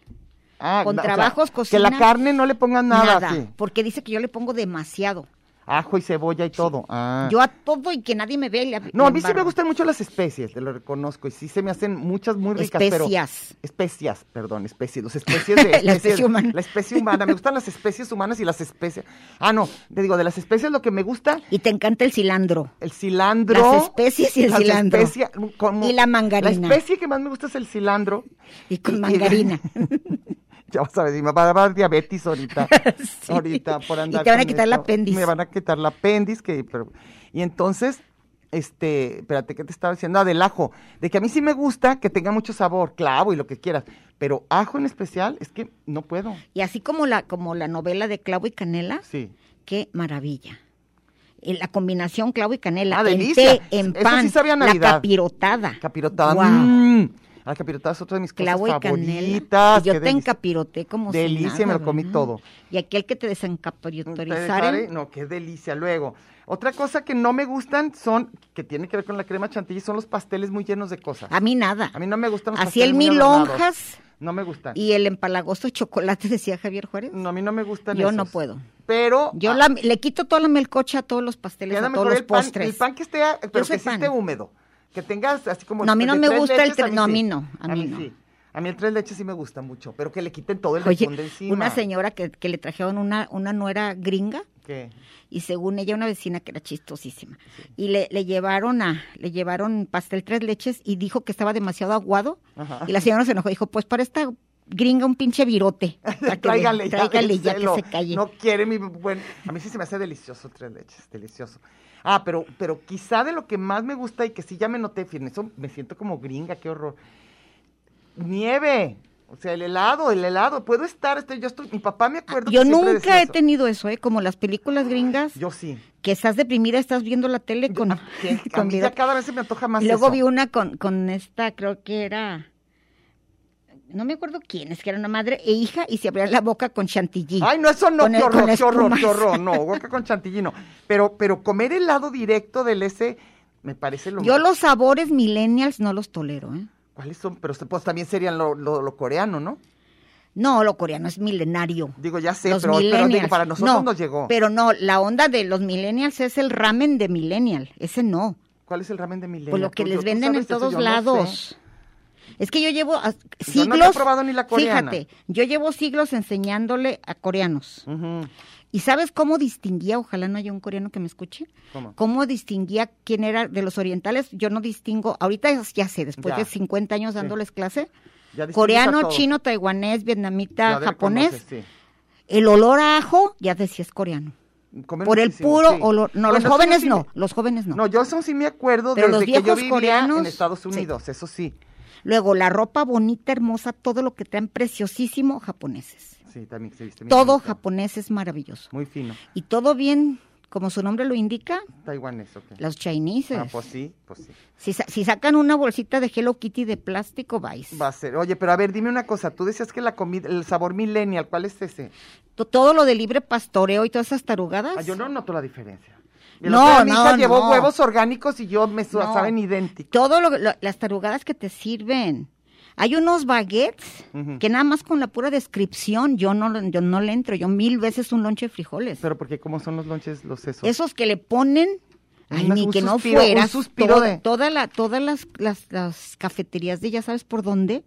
Ah,
Con
na- o sea,
trabajos,
Que
cocina,
la carne no le pongan nada, así.
porque dice que yo le pongo demasiado.
Ajo y cebolla y todo. Ah.
Yo a todo y que nadie me vea. y le-
no, a
le
mí sí me
embarro.
gustan mucho las especies, te lo reconozco. Y sí se me hacen muchas muy ricas. pero-
Especias.
especias, perdón, especies. Los especies de. especies-
especie humana.
La especie humana. Me gustan las especies humanas y las especies. Ah, no, te digo, de las especies lo que me gusta
Y te encanta el cilantro.
El cilantro.
Las especies y el
las
cilantro.
especies, como-
Y la mangarina.
La especie que más me gusta es el cilantro.
Y con mangarina.
ya vas a ver, me va a dar diabetes ahorita.
Sí.
Ahorita, por
Y
andar.
te van a
con
quitar el
esto.
apéndice.
Me van a quitar la apéndice. Que, pero- y entonces, este, espérate, ¿qué te estaba diciendo? Ah, del ajo. De que a mí sí me gusta que tenga mucho sabor, clavo y lo que quieras. Pero ajo en especial es que no puedo.
Y así como la, como la novela de Clavo y Canela,
Sí.
qué maravilla. Eh, La combinación clavo y canela,
Ah,
en
delicia.
té, en
Eso
pan,
sí sabía a
la
Navidad.
capirotada.
Capirotada.
Guau.
mm. Ah, La capirotada es otra de mis cosas
Clavo y canela.
favoritas.
Y yo
qué
te
delicia.
encapiroté como si nada,
Delicia, me lo comí
¿verdad?
todo.
Y aquel que te
Te
desencapirotorizara.
dejaré- No, qué delicia. Luego, otra cosa que no me gustan son, que tiene que ver con la crema chantilly, son los pasteles muy llenos de cosas.
A mí nada.
A mí no me gustan los
Así
pasteles
el
muy
mil
adornados.
lonjas
No me gustan.
y el empalagoso chocolate, decía Javier Juárez.
No, a mí no me gustan
Yo no
esos.
puedo.
Pero...
Yo
ah,
la- le quito toda la melcocha a todos los
me
pasteles,
queda
a todos
mejor
los
el pan,
postres.
El pan que esté, pero
soy
que sí esté
fan.
húmedo. Que tengas así como...
No, a mí no
de
me
tres
gusta el
leches,
tre- no, a
sí.
mí no, a mí no.
sí. A mí el tres leches sí me gusta mucho, pero que le quiten todo el
Oye,
betún de encima.
una señora que, que le trajeron una, una nuera gringa
¿Qué?
y según ella una vecina que era chistosísima y le, le llevaron a le llevaron pastel tres leches y dijo que estaba demasiado aguado
Ajá.
y la señora se enojó dijo pues para esta gringa un pinche virote para que le-
tráigale, ya,
tráigale ya,
dénselo.
que se calle
No quiere mi buen. A mí sí se me hace delicioso tres leches, delicioso. Ah, pero, pero quizá de lo que más me gusta y que sí ya me noté, fíjense, eso me siento como gringa, qué horror. Nieve. O sea, el helado, el helado. Puedo estar, este, yo estoy, mi papá me acuerdo.
yo
que siempre decía
nunca he
eso.
tenido eso eh como las películas gringas
Yo sí.
que estás deprimida estás viendo la tele con,
A, que- a
con
mí
virote.
ya cada vez se me antoja más
Y luego
eso.
vi una con, con esta, creo que era. No me acuerdo quién, es que era una madre e hija y se abrían la boca con chantilly.
Ay, no, eso no,
Con
qué
el-
horror,
con
qué horror,
espumas.
qué horror, no, hueca con chantilly no. Pero, pero comer helado directo del ese me parece lo
Yo
más-
los sabores millennials no los tolero, ¿eh?
¿Cuáles son? Pero este, pues también serían lo, lo, lo coreano, ¿no?
No, lo coreano es milenario.
Digo, ya sé,
los
pero, pero
millennials.
digo, para nosotros
No,
nos llegó.
Pero no, la onda de los millennials es el ramen de millennial. Ese no.
¿Cuál es el ramen de Milena?
Pues lo que
Tú-
les
tú
venden en
sabes eso,
todos
yo no sé.
lados. Es que yo llevo as-
Yo no
siglos.
te he probado ni la coreana.
Fíjate, yo llevo siglos enseñándole a coreanos.
Ujú.
¿Y sabes cómo distinguía? Ojalá no haya un coreano que me escuche.
¿Cómo?
distinguía quién era de los orientales? Yo no distingo. Ahorita ya- ya sé, después
Ya.
de 50 años dándoles clase.
Ya distingues a
Coreano,
todos.
chino, taiwanés,
Ya
vietnamita,
reconoces,
japonés.
sí.
El olor a ajo ya decía es coreano.
Comen
Por el
muchísimo,
puro
sí.
olor. No,
Bueno,
los
eso
jóvenes
sí
no,
me-
los jóvenes no.
No, yo eso sí me acuerdo
Pero los
desde que yo
viejos
vivía
coreanos,
en Estados
sí.
Unidos, eso sí.
Luego, la ropa bonita, hermosa, todo lo que traen preciosísimo, japoneses.
Sí, también se viste bien
Todo
bonito.
japonés es maravilloso.
Muy fino.
Y todo bien, como su nombre lo indica,
Taiwanés, ok.
los chineses.
Ah, pues sí, pues sí.
Si, sa- si sacan una bolsita de Hello Kitty de plástico, vais.
Va a ser. Oye, pero a ver, dime una cosa. Tú decías que la comida, el sabor millennial, ¿cuál es ese?
To- Todo lo de libre pastoreo y todas esas tarugadas.
Ah, yo no noto la diferencia. Y
No,
no, mi hija
no,
llevó
no.
huevos orgánicos y yo me su-
No.
saben idénticos.
Todo lo, lo- las tarugadas que te sirven. Hay unos baguettes
Ujú.
que nada más con la pura descripción yo no lo- yo no le entro, yo mil veces un lonche de frijoles.
Pero porque como son los lonches los esos.
Esos que le ponen ay,
Un-
ni
un
que no
suspiro, un
fuera
suspiro
toda,
de-
toda la todas las, las las cafeterías de ya sabes por dónde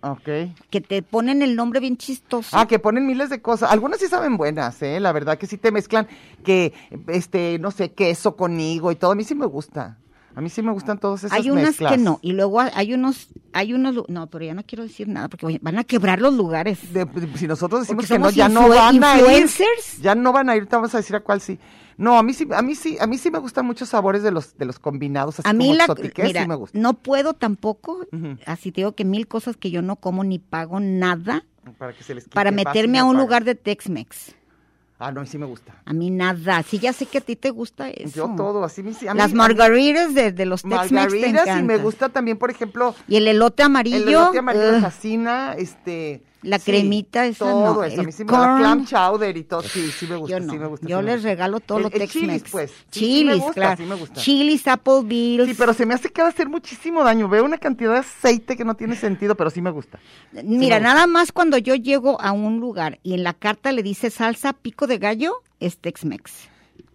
Ok.
que te ponen el nombre bien chistoso.
Ah, que ponen miles de cosas. Algunas sí saben buenas, ¿eh? La verdad que sí te mezclan que, este, no sé, queso con higo y todo. A mí sí me gusta. A mí sí me gustan todos esos
hay unas que no y luego ha- hay unos hay unos lu- no, pero ya no quiero decir nada porque oye, van a quebrar los lugares.
si nosotros decimos
Porque
que no,
somos
ya no
influe-
van a ir.
influencers.
Ya no van a ir, te vamos a decir a cuál sí. No, a mí sí, a mí sí, a mí sí me gustan muchos sabores de los, de los combinados, así
a mí
pues, como
la
exotiqués,
mira,
sí me gusta.
no puedo tampoco,
Ujú.
así te digo que mil cosas que yo no como ni pago nada
Para que se les quite
para
fácil
meterme
la
a un
paga.
lugar de Tex-Mex.
Ah, no, a mí sí me gusta.
A mí nada. Sí, ya sé que a ti te gusta eso.
Yo todo, así me- a
Las
mí- a mí-
margaritas de, de los Tex-Mex te
margaritas y me
encantan.
gusta también, por ejemplo,
Y el elote amarillo.
El elote amarillo
ugh,
me fascina, este...
La cremita, esa
todo
no,
eso, a
el
mí sí me gusta,
corn.
clam chowder y todo, sí, sí me gusta,
yo no.
sí me gusta.
yo
sí me
les
gusta.
regalo todo
El-
lo
el
Tex-Mex.
chilis, pues. Sí, sí
Chilis,
me gusta,
claro.
sí me gusta.
Chilis, Applebee's.
Sí, pero se me hace que va a hacer muchísimo daño. Veo una cantidad de aceite que no tiene sentido, pero sí me gusta.
Mira,
me gusta.
nada más cuando yo llego a un lugar y en la carta le dice salsa pico de gallo, es Tex-Mex.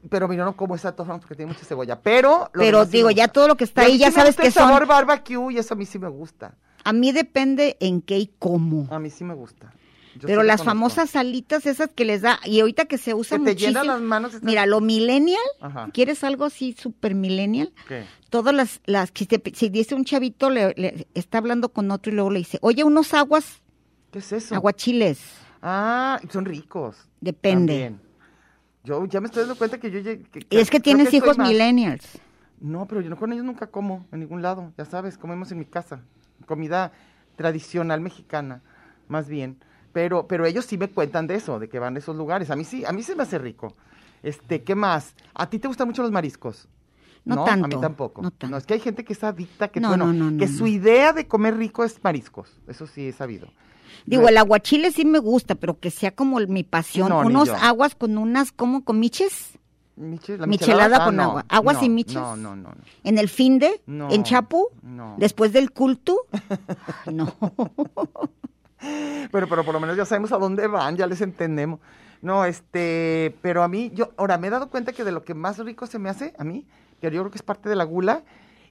Pero mira, no como esa torrón porque tiene mucha cebolla. Pero. lo
Pero
demás sí
digo,
me
ya
gusta.
todo lo que está
Y a mí
ahí, ya
sí me
sabes
gusta
que
el sabor
son.
barbecue y eso a mí sí me gusta.
A mí depende en qué y cómo.
A mí sí me gusta. Ah, Yo sí
Pero
lo
las
conozco.
famosas salitas esas que les da, y ahorita que se usa
Que te
muchísimo.
llenan las Ah. manos, están-
Mira, lo millennial,
Ajá.
¿quieres algo así super millennial?
¿Qué?
Todas las, las si, te- si dice un chavito, le, le- está hablando con otro y luego le dice, oye, unos aguas,
¿Qué es eso?
aguachiles,
Ah, son ricos.
depende.
También. Yo ya me estoy dando cuenta que yo llegué.
Y es que tienes hijos millennials.
No, pero yo no- con ellos nunca como en ningún lado. Ya sabes, comemos en mi casa. Comida tradicional mexicana, más bien. Pero, pero ellos sí me cuentan de eso, de que van a esos lugares. A mí sí, a mí se me hace rico. Este, ¿qué más? ¿A ti te gustan mucho los mariscos?
No
A mí
tanto,
tampoco.
no tanto.
es que hay gente que es adicta, que,
No,
bueno,
no, no,
que
no,
su
no.
idea de comer rico es mariscos. Eso sí he sabido.
Digo, el aguachile sí me gusta, pero que sea como el- mi pasión.
No, ni
Unos
yo.
aguas con unas, como con miches,
Miche- la
michelada con
no,
agua. Aguas y
no,
miches.
No, no, no. no.
en el fin de,
No,
en Chapu,
no.
después del culto. Ay, no.
Pero, pero por lo menos ya sabemos a dónde van, ya les entendemos. No, este, pero a mí, yo, ahora me he dado cuenta que de lo que más rico se me hace, a mí, que yo creo que es parte de la gula,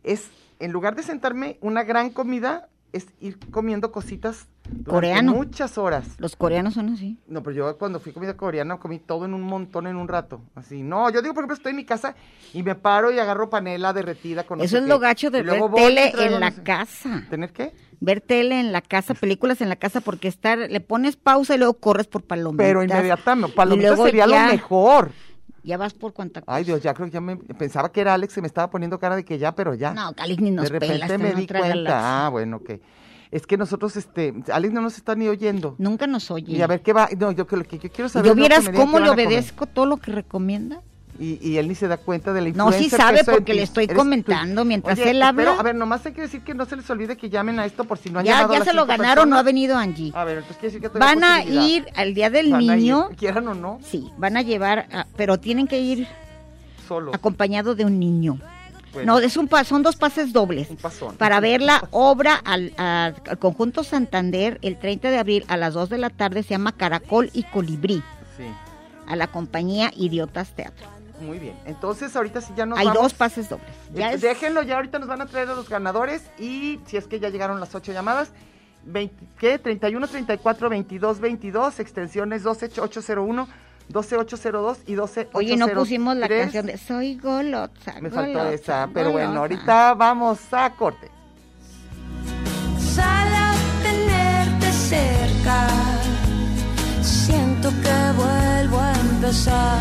es, en lugar de sentarme una gran comida, es ir comiendo cositas durante
Coreano.
muchas horas.
Los coreanos son así.
No, pero yo cuando fui comida coreana comí todo en un montón en un rato. Así, no, yo digo, por ejemplo, estoy en mi casa y me paro y agarro panela derretida con no
Eso
sé
es
qué.
lo gacho de
Y luego
ver
voy y
tele
traigo
en
no
la
sé-
casa.
¿Tener qué?
Ver tele en la casa, películas en la casa, porque estar, le pones pausa y luego corres por palomitas.
Pero inmediatamente,
Y
palomita
luego
sería
ya-
lo mejor.
Ya vas por cuanta cosa.
Ay, Dios, ya creo que ya me pensaba que era Alex y me estaba poniendo cara de que ya, pero ya.
No, Calix ni nos
de repente
pela, está
me
en
di
otra
cuenta.
galaxia.
Ah, bueno, ok. Es que nosotros, este, Alex no nos está ni oyendo.
Nunca nos oye.
Y a ver qué va. No, yo que lo que yo quiero
Si
saber.
yo
es lo que
vieras
me digan
cómo
qué
le
van a comer.
obedezco todo lo que recomienda.
Y, y él ni se da cuenta de la
No, sí
influencia.
sabe porque le estoy comentando mientras él habla.
Pero, a ver, nomás hay que decir que no se les olvide que llamen a esto por si no han
ya
llamado a
ya
las
se lo
cinco
ganaron, no ha
personas.
venido Angie.
A ver, entonces quiere decir que todavía hay
Van a
posibilidad.
ir al Día del
Van a ir,
Niño.
Quieran o no,
Sí, van a llevar, a- pero tienen que ir
solo.
acompañado de un niño.
Bueno.
No, es un pa- son dos pases dobles.
Un pasón.
Para ver la obra al, a- al Conjunto Santander el 30 de abril a las 2 de la tarde se llama Caracol y Colibrí
Sí,
a la compañía Idiotas Teatro.
muy bien. Entonces, ahorita sí ya nos
Hay
vamos.
dos pases dobles. Ya
Este,
es-
Déjenlo, ya ahorita nos van a traer a los ganadores y si es que ya llegaron las ocho llamadas, 20, ¿qué? 31, 34, 22, 22, extensiones 12801, 12802 y 12
Oye, no pusimos la canción de Soy Golotza.
Me faltó
golosa,
esa, pero bueno,
golosa.
ahorita vamos a corte.
Sal a tenerte cerca, siento que vuelvo a empezar.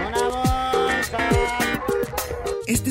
Una bolsa
Este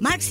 Marx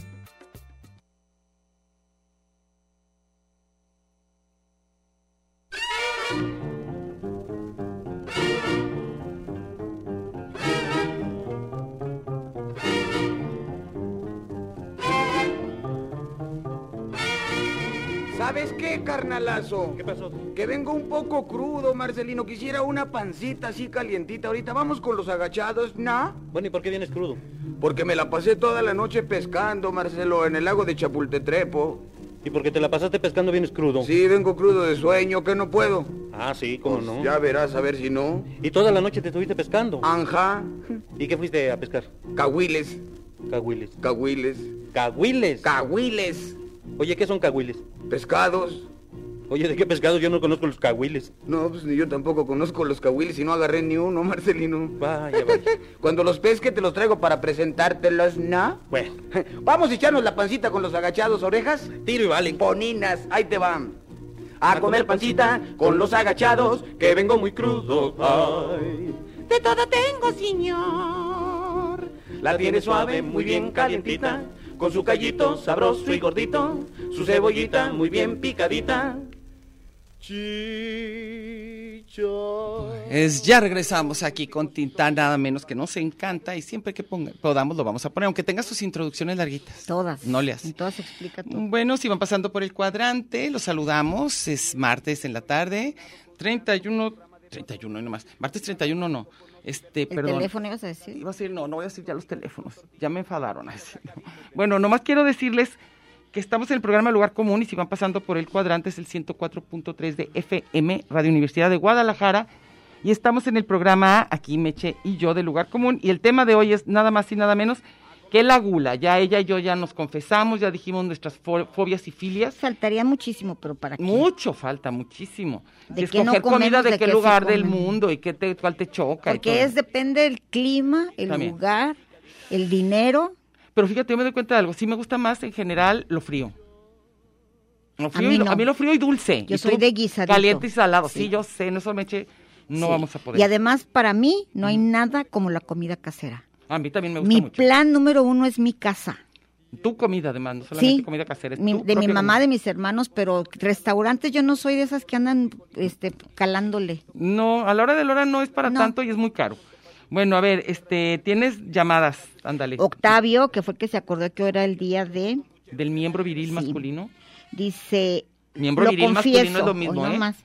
¿Sabes qué, carnalazo? ¿Qué pasó? Que vengo un poco crudo, Marcelino. Quisiera una pancita así calientita. Ahorita vamos con los agachados, ¿na?
Bueno, ¿y por qué vienes crudo?
Porque me la pasé toda la noche pescando, Marcelo, en el lago de Chapultetrepo.
¿Y por qué te la pasaste pescando vienes crudo?
Sí, vengo crudo de sueño, que no puedo.
Ah, sí, cómo
Pues
no.
Ya Ah. verás, a ver si no.
Y toda la noche te estuviste pescando.
Anja,
¿Y qué fuiste a pescar?
cahuiles,
Cahuiles.
cahuiles,
¿Cahuiles?
cahuiles,
Oye, ¿qué son cahuiles?
pescados.
Oye, ¿de qué pescado? Yo no conozco los cahuiles.
No, pues ni yo tampoco conozco los cahuiles y no agarré ni uno, Marcelino.
Vaya, vaya.
Cuando los pesque te los traigo para presentártelos, ¿no?
Bueno,
Vamos a echarnos la pancita con los agachados orejas.
tiro y vale.
Poninas, ahí te van. A comer pancita con los agachados, que vengo muy crudo. ay. De todo tengo, señor. La tiene suave, muy bien calientita, con su callito sabroso y gordito, su cebollita muy bien picadita. Chicho.
Es, ya regresamos aquí con Tintán, nada menos que nos encanta y siempre que ponga- podamos lo vamos a poner, aunque tenga sus introducciones larguitas.
Todas.
No le hace.
En todas se explica todo.
Bueno, si van pasando por el cuadrante, los saludamos. Es martes en la tarde, 31, 31 y nomás. Martes 31 no. Este,
El
perdón.
teléfono ibas a decir.
Iba a decir, no, no voy a decir ya los teléfonos. Ya me enfadaron. así. Bueno, nomás quiero decirles que estamos en el programa Lugar Común y si van pasando por el cuadrante es el 104.3 de FM, Radio Universidad de Guadalajara. Y estamos en el programa aquí Meche y yo de Lugar Común. Y el tema de hoy es nada más y nada menos que la gula. Ya ella y yo ya nos confesamos, ya dijimos nuestras fo- fobias y filias.
Saltaría muchísimo, pero para qué.
Mucho falta, muchísimo.
¿De
Y
qué no
escoger comida
comemos,
de,
de
qué,
qué sí
lugar del
comemos?
mundo y qué te, cuál te choca. y todo.
Porque es depende del clima, el
También.
lugar, el dinero.
Pero fíjate, yo me doy cuenta de algo. Sí me gusta más en general lo frío. Lo frío
mí
y lo-
no.
a mí lo frío y dulce.
Yo
Y
soy
tú,
de guisadito.
Caliente y salado. Sí,
Sí.
yo sé. En eso, Meche, no
Sí.
vamos a poder.
Y además, para mí, no hay nada como la comida casera.
a mí también me gusta
Mi
mucho.
plan número uno es mi casa.
Tu comida, además, no solamente comida casera. es
mi-
tu
de mi
propia
mamá,
comida.
de mis hermanos, pero restaurantes yo no soy de esas que andan este, calándole.
No, a la hora de la hora no es para
No.
tanto y es muy caro. Bueno, a ver, este, tienes llamadas, ándale.
Octavio, que fue que se acordó que hoy era el día de,
Del miembro viril
Sí.
masculino.
dice,
Miembro
lo
viril masculino
confieso,
es lo mismo,
hoy no
¿eh?
más,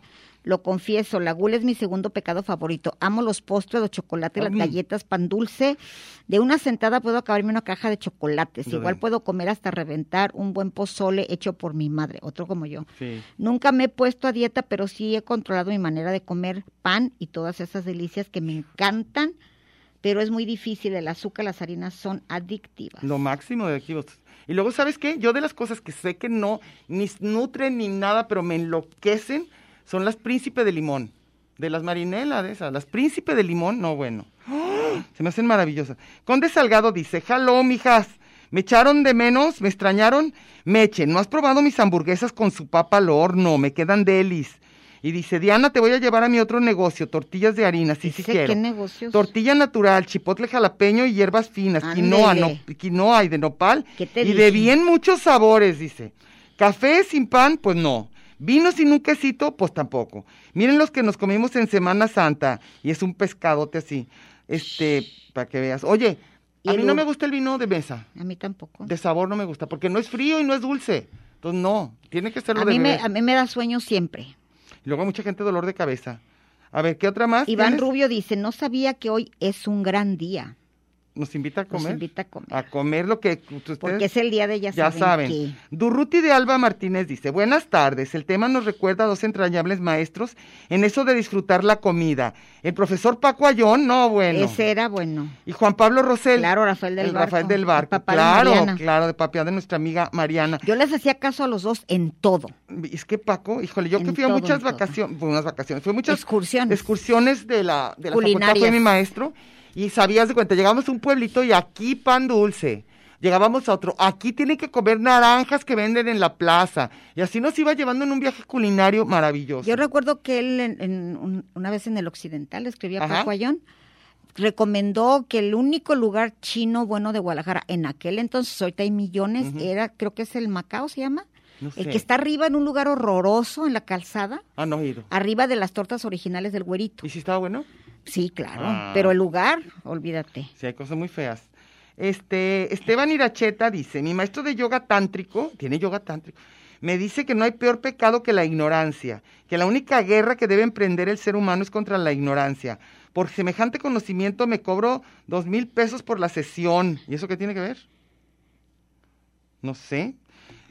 lo confieso, la gula es mi segundo pecado favorito. Amo los postres, los chocolates, las
Mm.
galletas, pan dulce. De una sentada puedo acabarme una caja de chocolates.
Yo
Igual
veo.
puedo comer hasta reventar un buen pozole hecho por mi madre, otro como yo.
Sí.
Nunca me he puesto a dieta, pero sí he controlado mi manera de comer pan y todas esas delicias que me encantan, pero es muy difícil. El azúcar, las harinas son adictivas.
Lo máximo de activos. Y luego, ¿sabes qué? Yo de las cosas que sé que no, ni s- nutren ni nada, pero me enloquecen, son las príncipe de limón. De las marinelas, de esas. Las príncipe de limón, no, bueno. ¡Ah! Se me hacen maravillosas. Conde Salgado dice, jaló, mijas. Me echaron de menos, me extrañaron. Meche, ¿no has probado mis hamburguesas con su papa al horno? Me quedan delis. Y dice, Diana, te voy a llevar a mi otro negocio, tortillas de harina, sí, sí
Dice,
quiero.
¿Qué negocios?
Tortilla natural, chipotle jalapeño y hierbas finas, quinoa,
Ándele.
no- quinoa y de nopal
¿Qué te
y
dije?
de bien muchos sabores, dice. Café sin pan, pues no. Vino sin un quesito, pues tampoco. Miren los que nos comimos en Semana Santa y es un pescadote así. Este, para que veas. Oye,
Y
a
el
mí no
u-
me gusta el vino de mesa.
A mí tampoco.
De sabor no me gusta porque no es frío y no es dulce. Entonces, no, tiene que ser lo
A
de
mí, me,
beber.
a mí me da sueño siempre.
Luego mucha gente dolor de cabeza. A ver, ¿qué otra más?
Iván
tienes?
Rubio dice, no sabía que hoy es un gran día,
Nos invita a
Nos
comer.
invita a comer.
lo que ustedes
porque es el día de ya,
ya saben.
qué.
Durruti de Alba Martínez dice, buenas tardes, el tema nos recuerda a dos entrañables maestros en eso de disfrutar la comida. El profesor Paco Ayón, no, bueno.
Ese era bueno.
Y Juan Pablo Rosel.
Claro, Rafael del
el
Barco.
Rafael del
El
Barco.
papá de
claro,
Mariana.
claro, de papá de nuestra amiga Mariana.
Yo les hacía caso a los dos en todo.
Es que Paco, híjole, yo que
En
fui a
todo,
muchas
en todo.
vacaciones, bueno, unas vacaciones, fui a muchas
Excursiones.
excursiones de la, de la facultad,
Culinarias.
fue mi maestro, y sabías de cuenta, llegamos a un pueblito y aquí pan dulce, llegábamos a otro, aquí tienen que comer naranjas que venden en la plaza, y así nos iba llevando en un viaje culinario maravilloso.
Yo recuerdo que él en- en un- una vez en el Occidental escribía
Ajá.
Paco Ayón, recomendó que el único lugar chino bueno de Guadalajara en aquel entonces, ahorita hay millones, era creo que es el Macao se llama,
No
el
sé.
que está arriba en un lugar horroroso en la calzada,
Ah, no he ido.
arriba de las tortas originales del güerito.
¿Y si estaba bueno?
Sí, claro,
Ah.
pero el lugar, olvídate.
Sí, hay cosas muy feas. Este, Esteban Iracheta dice, mi maestro de yoga tántrico, tiene yoga tántrico, me dice que no hay peor pecado que la ignorancia, que la única guerra que debe emprender el ser humano es contra la ignorancia. Por semejante conocimiento me cobro dos mil pesos por la sesión. ¿Y eso qué tiene que ver? No sé.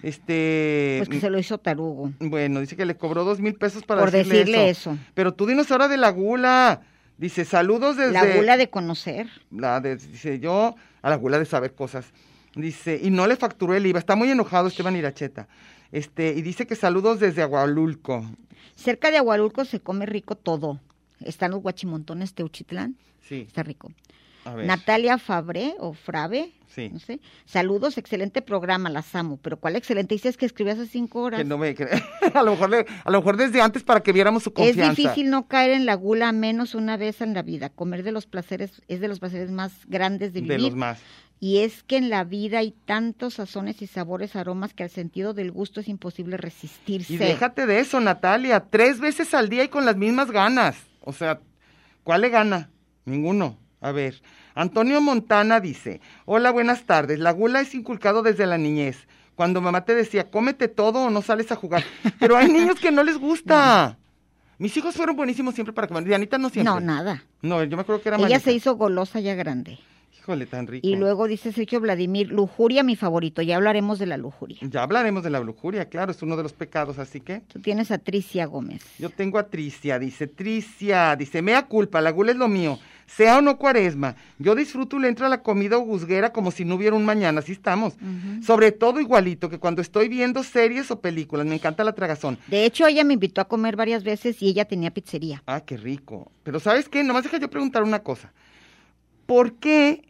Este...
Pues que se lo hizo Tarugo.
Bueno, dice que le cobró dos mil pesos para
Por
decirle,
decirle
eso.
eso.
Pero tú dinos ahora de la gula. Dice, saludos desde...
La gula de conocer.
La de- dice yo, a la gula de saber cosas. Dice, y no le facturó el IVA. Está muy enojado Esteban Iracheta. Este, y dice que saludos desde Agualulco.
Cerca de Agualulco se come rico todo. Están los guachimontones Teuchitlán,
Sí,
está rico.
a ver.
Natalia Fabré o Frave,
Sí.
no sé. Saludos, excelente programa, las amo. Pero ¿cuál excelente? Dices que escribí hace cinco horas.
Que no me- que- a, lo mejor le- a lo mejor desde antes para que viéramos su
es
confianza.
difícil no caer en la gula menos una vez en la vida. Comer de los placeres es de los placeres más grandes de
de
vivir.
los más.
Y es que en la vida hay tantos sazones y sabores, aromas que al sentido del gusto es imposible resistirse.
Y déjate de eso, Natalia. Tres veces al día y con las mismas ganas. O sea, ¿cuál le gana? Ninguno. A ver. Antonio Montana dice, hola, buenas tardes. La gula es inculcado desde la niñez. Cuando mamá te decía, cómete todo o no sales a jugar. Pero hay niños que no les gusta. Mis hijos fueron buenísimos siempre para comer. Dianita no siempre.
no, nada.
No, yo me acuerdo que era
Ella
malita.
se hizo golosa ya grande.
Híjole, tan rico.
Y luego dice Sergio Vladimir, lujuria mi favorito, ya hablaremos de la lujuria.
Ya hablaremos de la lujuria, claro, es uno de los pecados, así que...
Tú tienes a Tricia Gómez.
Yo tengo a Tricia, dice Tricia, dice, mea culpa, la gula es lo mío, sea o no cuaresma, yo disfruto y le entra la comida o juzguera como si no hubiera un mañana, así estamos. Sobre todo igualito que cuando estoy viendo series o películas, me encanta la tragazón.
De hecho, ella me invitó a comer varias veces y ella tenía pizzería.
Ah, qué rico. Pero ¿sabes qué? Nomás deja yo preguntar una cosa. ¿Por qué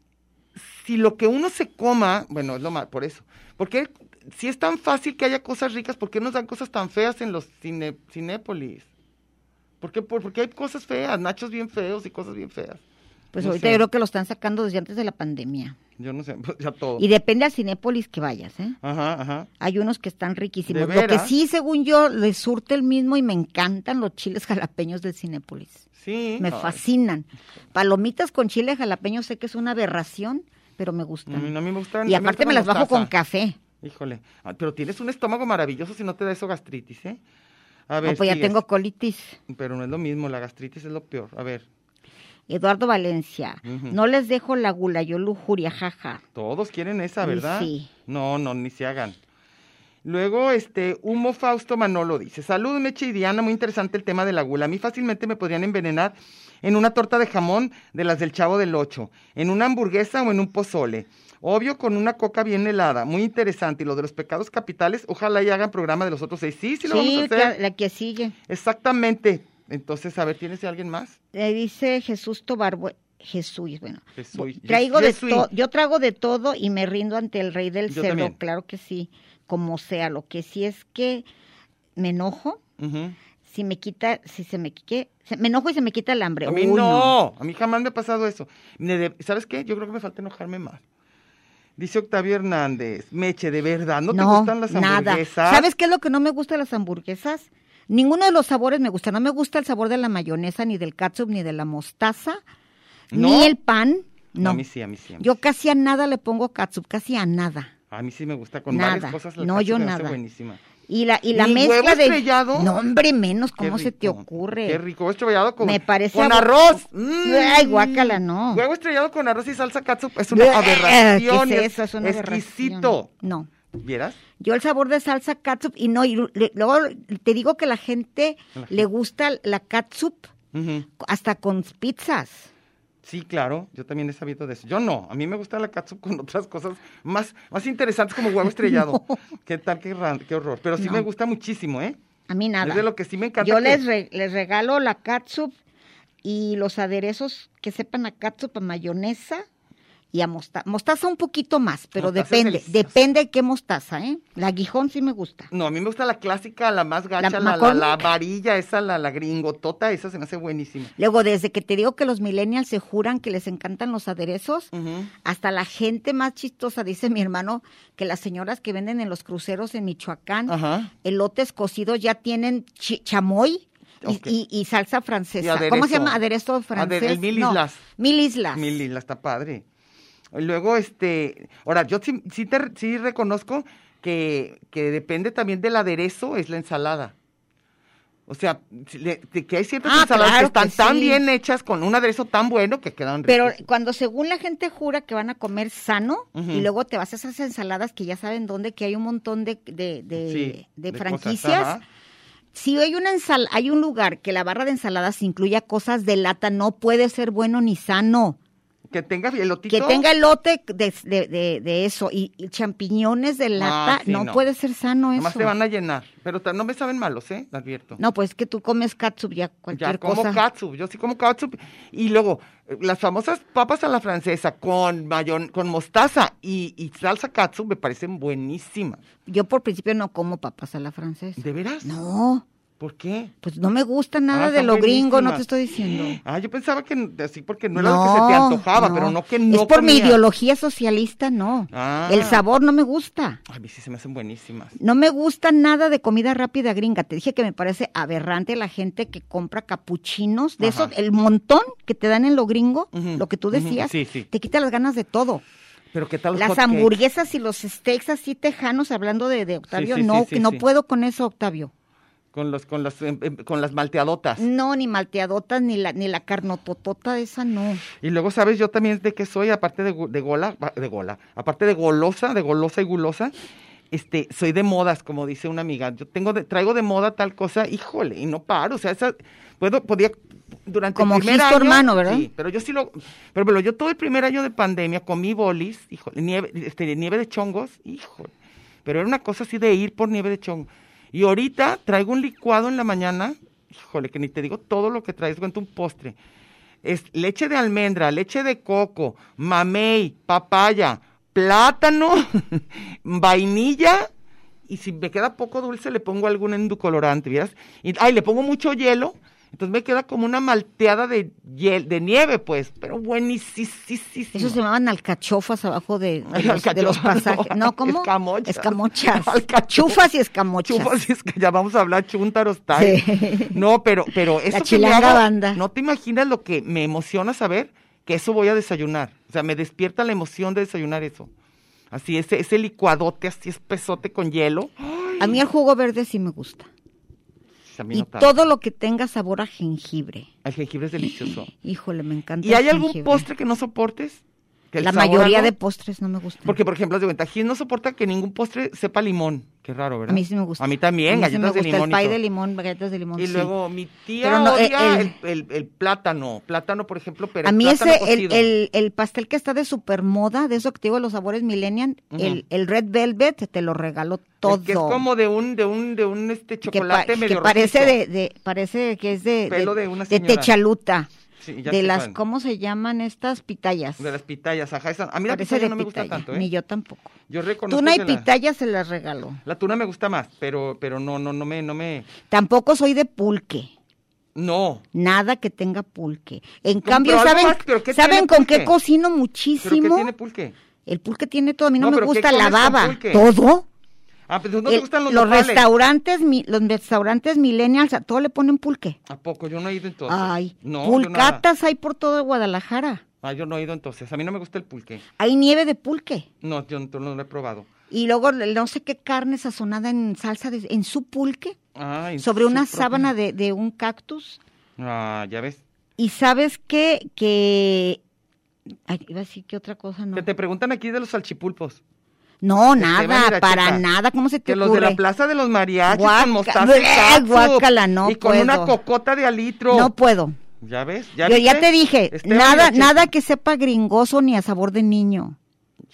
si lo que uno se coma, bueno, es lo mal, por eso, ¿por qué si es tan fácil que haya cosas ricas, por qué nos dan cosas tan feas en los cine, cinépolis? ¿Por qué, por, por qué hay cosas feas, nachos bien feos y cosas bien feas?
Pues
No
ahorita
sé.
yo creo que lo están sacando desde antes de la pandemia.
Yo no sé, pues, ya todo.
Y depende al Cinépolis que vayas, ¿eh?
Ajá, ajá.
Hay unos que están riquísimos.
¿De
Lo que
veras?
sí, según yo, les surte el mismo y me encantan los chiles jalapeños del Cinépolis.
Sí.
Me
ay,
fascinan. Palomitas con chile jalapeño sé que es una aberración, pero me
Mm, a mí
gustan.
no me gustan.
Y
a mí me
aparte
gustan
me las bajo
mostaza.
con café.
Híjole, Ah, pero tienes un estómago maravilloso si no te da eso gastritis, ¿eh? A ver,
No, pues ya
sigues.
tengo colitis.
Pero no es lo mismo, la gastritis es lo peor. A ver,
Eduardo Valencia,
Ujú.
no les dejo la gula, yo lujuria, jaja.
todos quieren esa,
Y
¿verdad?
sí.
No, no, ni se hagan. Luego, este, Humo Fausto Manolo dice, salud Meche y Diana, muy interesante el tema de la gula. A mí fácilmente me podrían envenenar en una torta de jamón de las del Chavo del Ocho, en una hamburguesa o en un pozole. Obvio, con una coca bien helada, muy interesante. Y lo de los pecados capitales, ojalá y hagan programa de los otros seis. Sí, sí lo vamos a hacer.
la, la que sigue.
Exactamente. Entonces, a ver, ¿tienes a alguien más?
Le Eh, dice Jesús Tobar, bu- Jesús, bueno.
Jesús.
bu- Traigo de
Jesús.
to- yo trago de todo y me rindo ante el rey del
Yo
cerdo,
también.
claro que sí, como sea, lo que sí es que me enojo,
Ujú.
si me quita, si se me quite, me enojo y se me quita el hambre.
A mí
Uy,
no, a mí jamás me ha pasado eso. Me de- ¿Sabes qué? Yo creo que me falta enojarme más. Dice Octavio Hernández, Meche, de verdad, ¿no, te gustan las hamburguesas?
Nada. ¿Sabes qué es lo que no me gusta de las hamburguesas? Ninguno de los sabores me gusta. No me gusta el sabor de la mayonesa, ni del ketchup, ni de la mostaza,
No.
ni el pan. No.
A mí sí, a mí sí. a mí
Yo
sí.
casi a nada le pongo ketchup, casi a nada.
A mí sí me gusta con
Nada,
varias cosas. La
no,
tacha
yo
se me hace
nada.
buenísima.
Y la, y la
¿Ni
mezcla
huevo
de.
estrellado?
No, hombre, menos,
Qué
¿cómo se te
rico,
ocurre?
Qué rico. Huevo estrellado con,
Me parece
con
abo-
arroz.
Ay, guácala, no.
Huevo estrellado con arroz y salsa catsup es una
Ah,
aberración.
¿qué es eso? Es una aberración.
exquisito.
No.
¿Vieras?
Yo el sabor de salsa catsup y no, y le- luego te digo que la gente le gusta la catsup
Ujú.
hasta con pizzas.
Sí, claro, yo también he sabido de eso. Yo no, a mí me gusta la catsup con otras cosas más, más interesantes como huevo estrellado. ¿Qué tal? Qué, ra- qué horror. Pero sí
No.
me gusta muchísimo, ¿eh?
A mí nada.
Es de lo que sí me encanta.
Yo
que-
les, re- les regalo la catsup y los aderezos que sepan a catsup, a mayonesa y a mostaza. Mostaza un poquito más, pero
Mostaza es
depende.
deliciosa.
Depende de qué mostaza, ¿eh? La aguijón sí me gusta.
No, a mí me gusta la clásica, la más gacha, la, la,
McCormick?
la varilla, esa, la, la gringotota, esa se me hace buenísima.
Luego, desde que te digo que los millennials se juran que les encantan los aderezos,
Ujú.
hasta la gente más chistosa, dice mi hermano, que las señoras que venden en los cruceros en Michoacán,
Ajá.
elotes cocidos ya tienen chi- chamoy. y-
Ok.
Y, y salsa francesa.
Y
¿Cómo se
aderezo.
llama? Aderezo francés.
Ader- el mil
No,
islas.
mil islas.
Mili, la está padre. Y Luego, este, ahora, yo sí, sí, te- sí reconozco que, que depende también del aderezo, es la ensalada. O sea, si le- de que hay ciertas
Ah,
ensaladas
claro
que están
que
tan
sí.
bien hechas con un aderezo tan bueno que quedan
Pero
riquísimas.
cuando según la gente jura que van a comer sano
Ujú.
y luego te vas a esas ensaladas que ya saben dónde, que hay un montón de, de, de-
Sí,
de
de cosas,
franquicias.
ajá.
si hay, una ensal hay un lugar que la barra de ensaladas incluya cosas de lata, no puede ser bueno ni sano.
Que tenga elotito.
Que tenga elote de, de, de- de eso y, y champiñones de lata,
Ah, sí,
no,
no.
puede ser sano eso.
Nomás te van a llenar. Pero ta- no me saben malos, ¿eh? Lo advierto.
No, pues que tú comes katsup ya cualquier
ya como
cosa.
katsup, yo sí como katsup. Y luego, eh, las famosas papas a la francesa con mayon, con mostaza y, y salsa katsup me parecen buenísimas.
Yo por principio no como papas a la francesa.
¿De veras?
No,
¿Por qué?
pues no me gusta nada
Ah,
de
están
lo gringo, no
buenísimas.
te estoy diciendo.
Ah, yo pensaba que n- así porque no era lo que se te antojaba, pero no que no
Es por mi
comías.
ideología socialista, no.
Ah.
El sabor no me gusta.
A mí sí se me hacen buenísimas.
No me gusta nada de comida rápida gringa. Te dije que me parece aberrante la gente que compra capuchinos, de
Ajá.
esos, el montón que te dan en lo gringo,
Ujú,
lo que tú
ujú,
decías,
sí, sí.
te quita las ganas de todo.
Pero ¿qué tal los
Las
hot cakes?
hamburguesas y los steaks así tejanos, hablando de, de Octavio,
sí, sí,
no,
sí,
que no
sí.
puedo con eso, Octavio.
Con los, con las, em, em, con las malteadotas.
No, ni malteadotas, ni la, ni la carnototota esa, no.
Y luego, ¿sabes yo también de qué soy? Aparte de, gu- de gola, ba- de gola, aparte de golosa, de golosa y gulosa, este, soy de modas, como dice una amiga. Yo tengo de- traigo de moda tal cosa, híjole, y no paro. O sea, esa, puedo, podía, durante
Como
el primer
Gisto
año,
hermano, ¿verdad?
Sí, pero yo sí lo, pero, pero yo todo el primer año de pandemia comí bolis, híjole, nieve, este, nieve de chongos, híjole. Pero era una cosa así de ir por nieve de chongo. Y ahorita traigo un licuado en la mañana, híjole, que ni te digo todo lo que traes, cuento un postre es leche de almendra, leche de coco, mamey, papaya, plátano, vainilla. Y si me queda poco dulce, le pongo algún endulcorante, ¿vieras? Y, ay, le pongo mucho hielo. Entonces me queda como una malteada de, hiel- de nieve, pues. Pero
Eso
buenísimo.
se llamaban alcachofas abajo de, de los,
Alcachofa,
de los pasajes. No, ¿cómo?
Escamochas.
Escamochas.
Alcachofa.
Chufas y escamochas.
Chufas, es que ya vamos a hablar chuntaros tal.
Sí.
No, pero, pero eso que me
chilanga
hago,
banda.
no te imaginas lo que me emociona saber que eso voy a desayunar. O sea, me despierta la emoción de desayunar eso. Así, ese, ese licuadote así espesote con hielo.
A mí el jugo verde sí me gusta.
A mí
Y
no tanto.
todo lo que tenga sabor a jengibre.
El jengibre es delicioso.
Híjole, me encanta.
¿Y
el
hay algún
jengibre.
postre que no soportes? Que el
La
sabor
mayoría
algo-
de postres no me gustan.
Porque, por ejemplo, haz de cuenta, Gis no soporta que ningún postre sepa limón. Qué raro, ¿verdad?
a mí sí me gusta.
A mí también,
A mí sí me
galletas
gusta
de
el
limón. y
pay
todo.
de limón, galletas de limón.
Y
sí.
luego mi tía
Pero no, eh, el-
odia el, el- el plátano, plátano por ejemplo, pero
a
el
mí
plátano
ese, el,
cocido.
el, el pastel que está de super moda, de eso que te digo, los sabores millennial, el, el red velvet, te lo regalo todo.
El que es como de un, de un, de un este
que, pa-
chocolate
que
medio
parece
rojizo.
de, de- parece que es de
Pelo de una señora.
techaluta
Sí, ya
de
sé
las
cuál.
cómo se llaman estas pitayas
de las pitayas, ajá, esa- a mí la
parece
pitaya
de
no me gusta
pitaya
tanto, ¿eh?
ni yo tampoco
Yo reconozco
tuna y
que la-
pitaya se las regalo
La tuna me gusta más, pero, pero no, no, no me, no me,
tampoco soy de pulque
no.
nada que tenga pulque en
pero
cambio
algo
saben
más, pero ¿qué
saben
tiene
con
pulque?
qué cocino
¿Pero qué
muchísimo
tiene pulque?
el pulque tiene todo a mí no,
No,
me
pero ¿qué
gusta la
comes con
baba
pulque?
todo
Ah, pero no te
El-
gustan los, nopales?
restaurantes mi- los restaurantes millennials a todo le ponen pulque
¿A poco? Yo no he ido entonces.
ay
no, yo nada.
pulcatas hay por todo Guadalajara
Ah, yo no he ido entonces, a mí no me gusta el pulque.
Hay nieve de pulque.
No, yo no, no lo he probado.
Y luego le- no sé qué carne sazonada en salsa, de, en su pulque,
Ay,
sobre
su
una
propia-
sábana de, de un cactus.
Ah, ya ves.
Y sabes qué, que... Ay, iba a decir que otra cosa, no.
Que te preguntan aquí de los salchipulpos.
No,
Esteban y
nada,
la
para
Checa.
nada. ¿Cómo se te
Que
ocurre?
los de la plaza de los mariachis
Guaca-
con mostaza y
¡Bleh!
catsup,
Guácala, no
Y con una
puedo.
cocota de alitro.
No puedo.
ya ves, ya
Yo ya
viste? Este,
te dije,
Esteban y la
nada,
Checa.
nada que sepa gringoso ni a sabor de niño.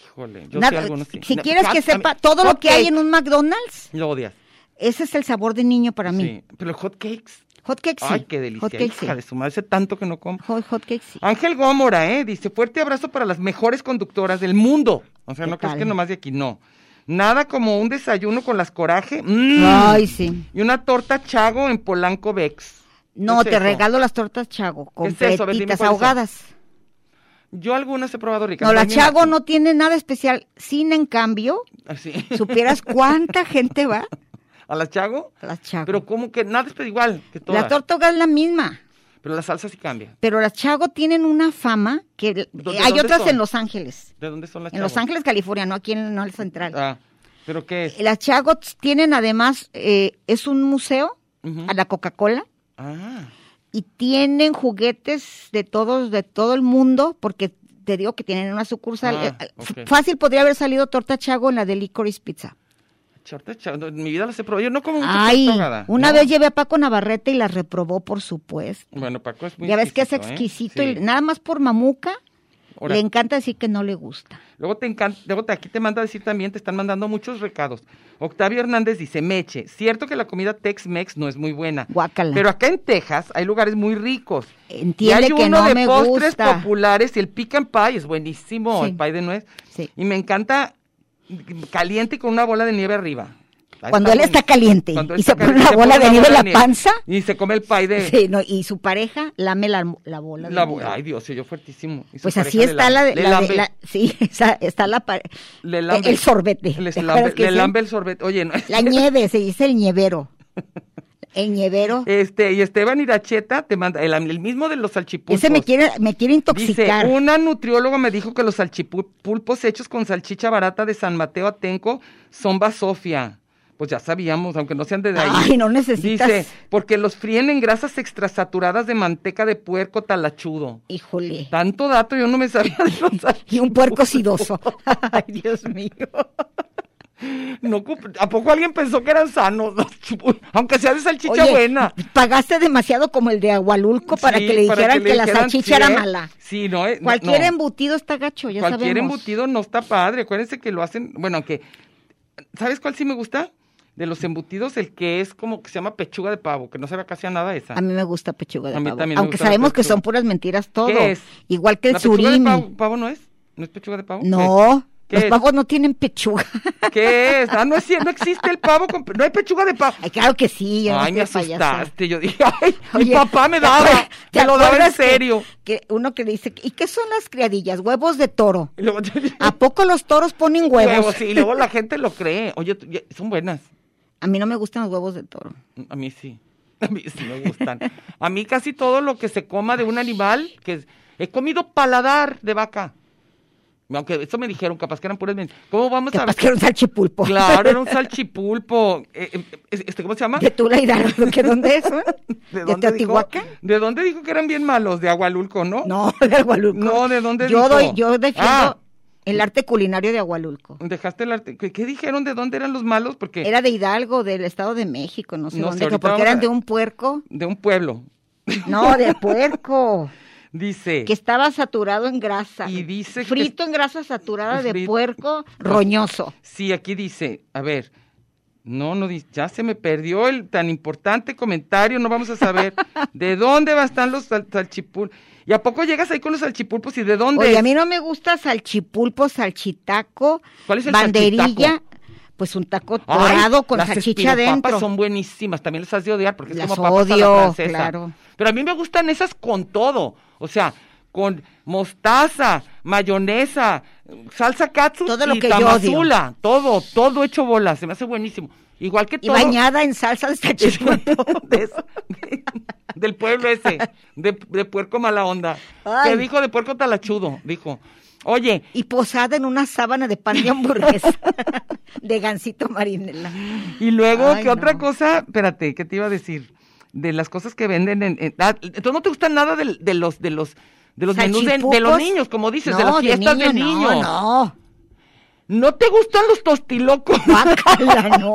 Híjole, yo
Nada-
sé algunos sí.
Si
No,
quieres que
hot- a mí-
sepa todo lo que
hot
hay
cake,
en un McDonald's,
Lo odias.
ese es el sabor de niño para mí.
Sí, pero hot cakes.
Hotcakes sí.
Ay, qué delicia.
Hotcakes sí.
hija de su madre, hace tanto que no como.
Hot- hotcakes sí.
Ángel Gómora, ¿eh? Dice, fuerte abrazo para las mejores conductoras del mundo. O sea,
¿Qué
no crees que
tal?
nomás de aquí, no. Nada como un desayuno con las coraje. mm,
Ay, sí.
Y una torta chago en Polanco Vex.
No,
¿Qué es
te
eso?
regalo las tortas Chago,
es eso? A ver, dime
completitas,
cuáles son.
ahogadas.
Yo algunas he probado ricas.
No, la
Ay, mira,
Chago no tiene nada especial. Sin, en cambio,
Así.
supieras cuánta gente va
Ah, ¿A la chago?
a la Chago.
Pero como que nada es igual que todas.
la torta ahogada es la misma.
Pero la salsa sí cambia.
Pero las Chago tienen una fama que
¿Dónde-
hay
dónde
otras
son?
en Los Ángeles.
¿De dónde son las
En
chago?
Los Ángeles, California, no aquí en, no en el central. Eh,
Ah, ¿pero qué es?
Las Chago tienen además, eh, es un museo
Ujú.
a la Coca-Cola
Ah,
y tienen juguetes de todos, de todo el mundo, porque te digo que tienen una sucursal.
Ah,
eh, f-
ok.
Fácil podría haber salido torta Chago en la de Licorice Pizza.
torta chago. no, en mi vida las he probado. Yo no como mucho
Ay,
torta ahogada,
una
¿no?
vez llevé a Paco Navarrete y la reprobó, por supuesto.
Bueno, Paco es muy
ya ves que es
¿eh?
exquisito
Sí.
y nada más por mamuca
Ahora,
le encanta decir que no le gusta.
Luego te encanta, luego te- aquí te manda a decir también, te están mandando muchos recados. Octavio Hernández dice, Meche, cierto que la comida Tex-Mex no es muy buena.
Guácala.
Pero acá en Texas hay lugares muy ricos.
Entiende
y hay
que
uno
no
de
me
postres
gusta.
populares y el pecan pie es buenísimo,
Sí.
el pie de nuez.
Sí.
Y me encanta caliente y con una bola de nieve arriba. Ahí
Cuando él
buenísimo.
está caliente
Cuando él
y
está
se pone
caliente,
una bola de
una
nieve en la panza.
Y se come el pie de...
Sí, no, y su pareja lame la, la bola. de
la bo-
nieve.
Ay, Dios, se oyó fuertísimo. Y su
pues
pareja
así
le
está la, de-
le
la de-
lambe.
la- sí, esa- está la pa-
Le lambe.
el sorbete.
Le
¿Te
lambe,
acuerdas que
le
sí?
lambe el sorbete. Oye, no.
la nieve, se dice el nievero. El nievero.
Este, y Esteban Iracheta te manda, el, el mismo de los salchipulpos.
Ese me quiere, me quiere
Dice,
intoxicar.
una nutrióloga me dijo que los salchipulpos hechos con salchicha barata de San Mateo Atenco son basofia. Pues ya sabíamos, aunque no sean de ahí.
Ay, no necesitas.
Dice, porque los fríen en grasas extrasaturadas de manteca de puerco talachudo.
Híjole.
Tanto dato yo no me sabía de los
Y un puerco sidoso. Ay, Dios mío.
No, comp- ¿A poco alguien pensó que eran sanos? los chupu- Aunque sea de salchicha
Oye,
buena.
Pagaste demasiado como el de Agualulco para
Sí,
que le dijeran que,
le
la
dijeran,
salchicha
sí,
era
¿eh?
mala.
Sí, no, eh, no,
Cualquier
no.
embutido está gacho, ya
Cualquier
sabemos.
embutido no está padre. Acuérdense que lo hacen, bueno, aunque, ¿sabes cuál sí me gusta? De los embutidos, el que es como que se llama pechuga de pavo, que no sabe casi a nada esa.
A mí me gusta pechuga de
A mí
pavo.
también me
Aunque
gusta la
sabemos que
pechuga.
son puras mentiras todo.
¿Qué es?
Igual que el
¿La pechuga de
surimi.
pavo, pavo no es? ¿No es pechuga de pavo?
No,
¿Qué
los
es?
pavos no tienen pechuga.
¿Qué? ¿Qué es? Ah, no, es, cier- no existe el pavo, con pe- no hay pechuga de pavo.
Ay, claro que sí. yo no
Ay, me
soy payasa.
asustaste. Yo dije, ay, mi
Oye,
papá me
¿te
daba,
acuer-
me lo daba en
acuerdas que-
serio.
Que, uno que le dice, ¿y qué son las criadillas? Huevos de toro.
Y luego-
¿A poco los toros ponen huevos?
Huevos, sí, y luego la gente lo cree. Oye, tú- ya- son buenas.
A mí no me gustan los huevos de toro.
A mí sí. A mí sí me gustan. A mí casi todo lo que se coma de un animal, que es- he comido paladar de vaca. Aunque eso me dijeron, capaz que eran puras men- ¿Cómo vamos a
Capaz
ver?
que era un salchipulpo.
Claro, era un salchipulpo. Eh, eh, este, ¿Cómo se llama?
De Tula Hidalgo, ¿que dónde es? eh? ¿De,
dijo,
Teotihuacán?
¿De dónde dijo que eran bien malos? De Agualulco, ¿no?
No, de Agualulco.
Oh. No, ¿de dónde
yo
dijo?
doy, yo defiendo
Ah.
el arte culinario de Agualulco.
Dejaste el arte. ¿Qué, qué dijeron? ¿De dónde eran los malos? Porque
Era de Hidalgo, del Estado de México, no sé
No sé,
dónde,
ahorita
porque
vamos
eran
a-
de un puerco.
de un pueblo.
No, de puerco,
Dice.
que estaba saturado en grasa.
Y dice que-
Frito en grasa saturada de
Frito.
puerco, roñoso.
Sí, aquí dice, a ver, no, no, di- ya se me perdió el tan importante comentario, no vamos a saber de dónde van a estar los sal- salchipulpos. ¿Y a poco llegas ahí con los salchipulpos y de dónde?
Oye,
es?
a mí no me gusta salchipulpo, salchitaco,
¿Cuál es el
banderilla,
salchitaco?
pues un taco
Ay,
dorado con
las
salchicha
espiropapas
dentro.
son buenísimas, también las has de odiar porque es
Las
como papas a la
odio,
francesa.
claro.
Pero a mí me gustan esas con todo, o sea, con mostaza, mayonesa, salsa katsu
Todo lo
y
que yo odio.
tamazula, todo, todo hecho bolas, se me hace buenísimo. Igual que
Y
todo.
bañada en salsa de salchipulpo.
de, de- del pueblo ese, de, de puerco mala onda.
Ay.
Que dijo de puerco talachudo, dijo. Oye,
Y posada en una sábana de pan de hamburguesa de gansito marinela.
y luego,
Ay,
¿qué otra
no.
cosa? Espérate, ¿qué te iba a decir? De las cosas que venden en... en- ah, entonces no te gustan nada del- de, los... De los de los menús de, de los
Salchipupos.
niños, como dices,
No,
de las fiestas de,
niño,
niños. No,
No, no.
te gustan los tostilocos.
Guácala, no.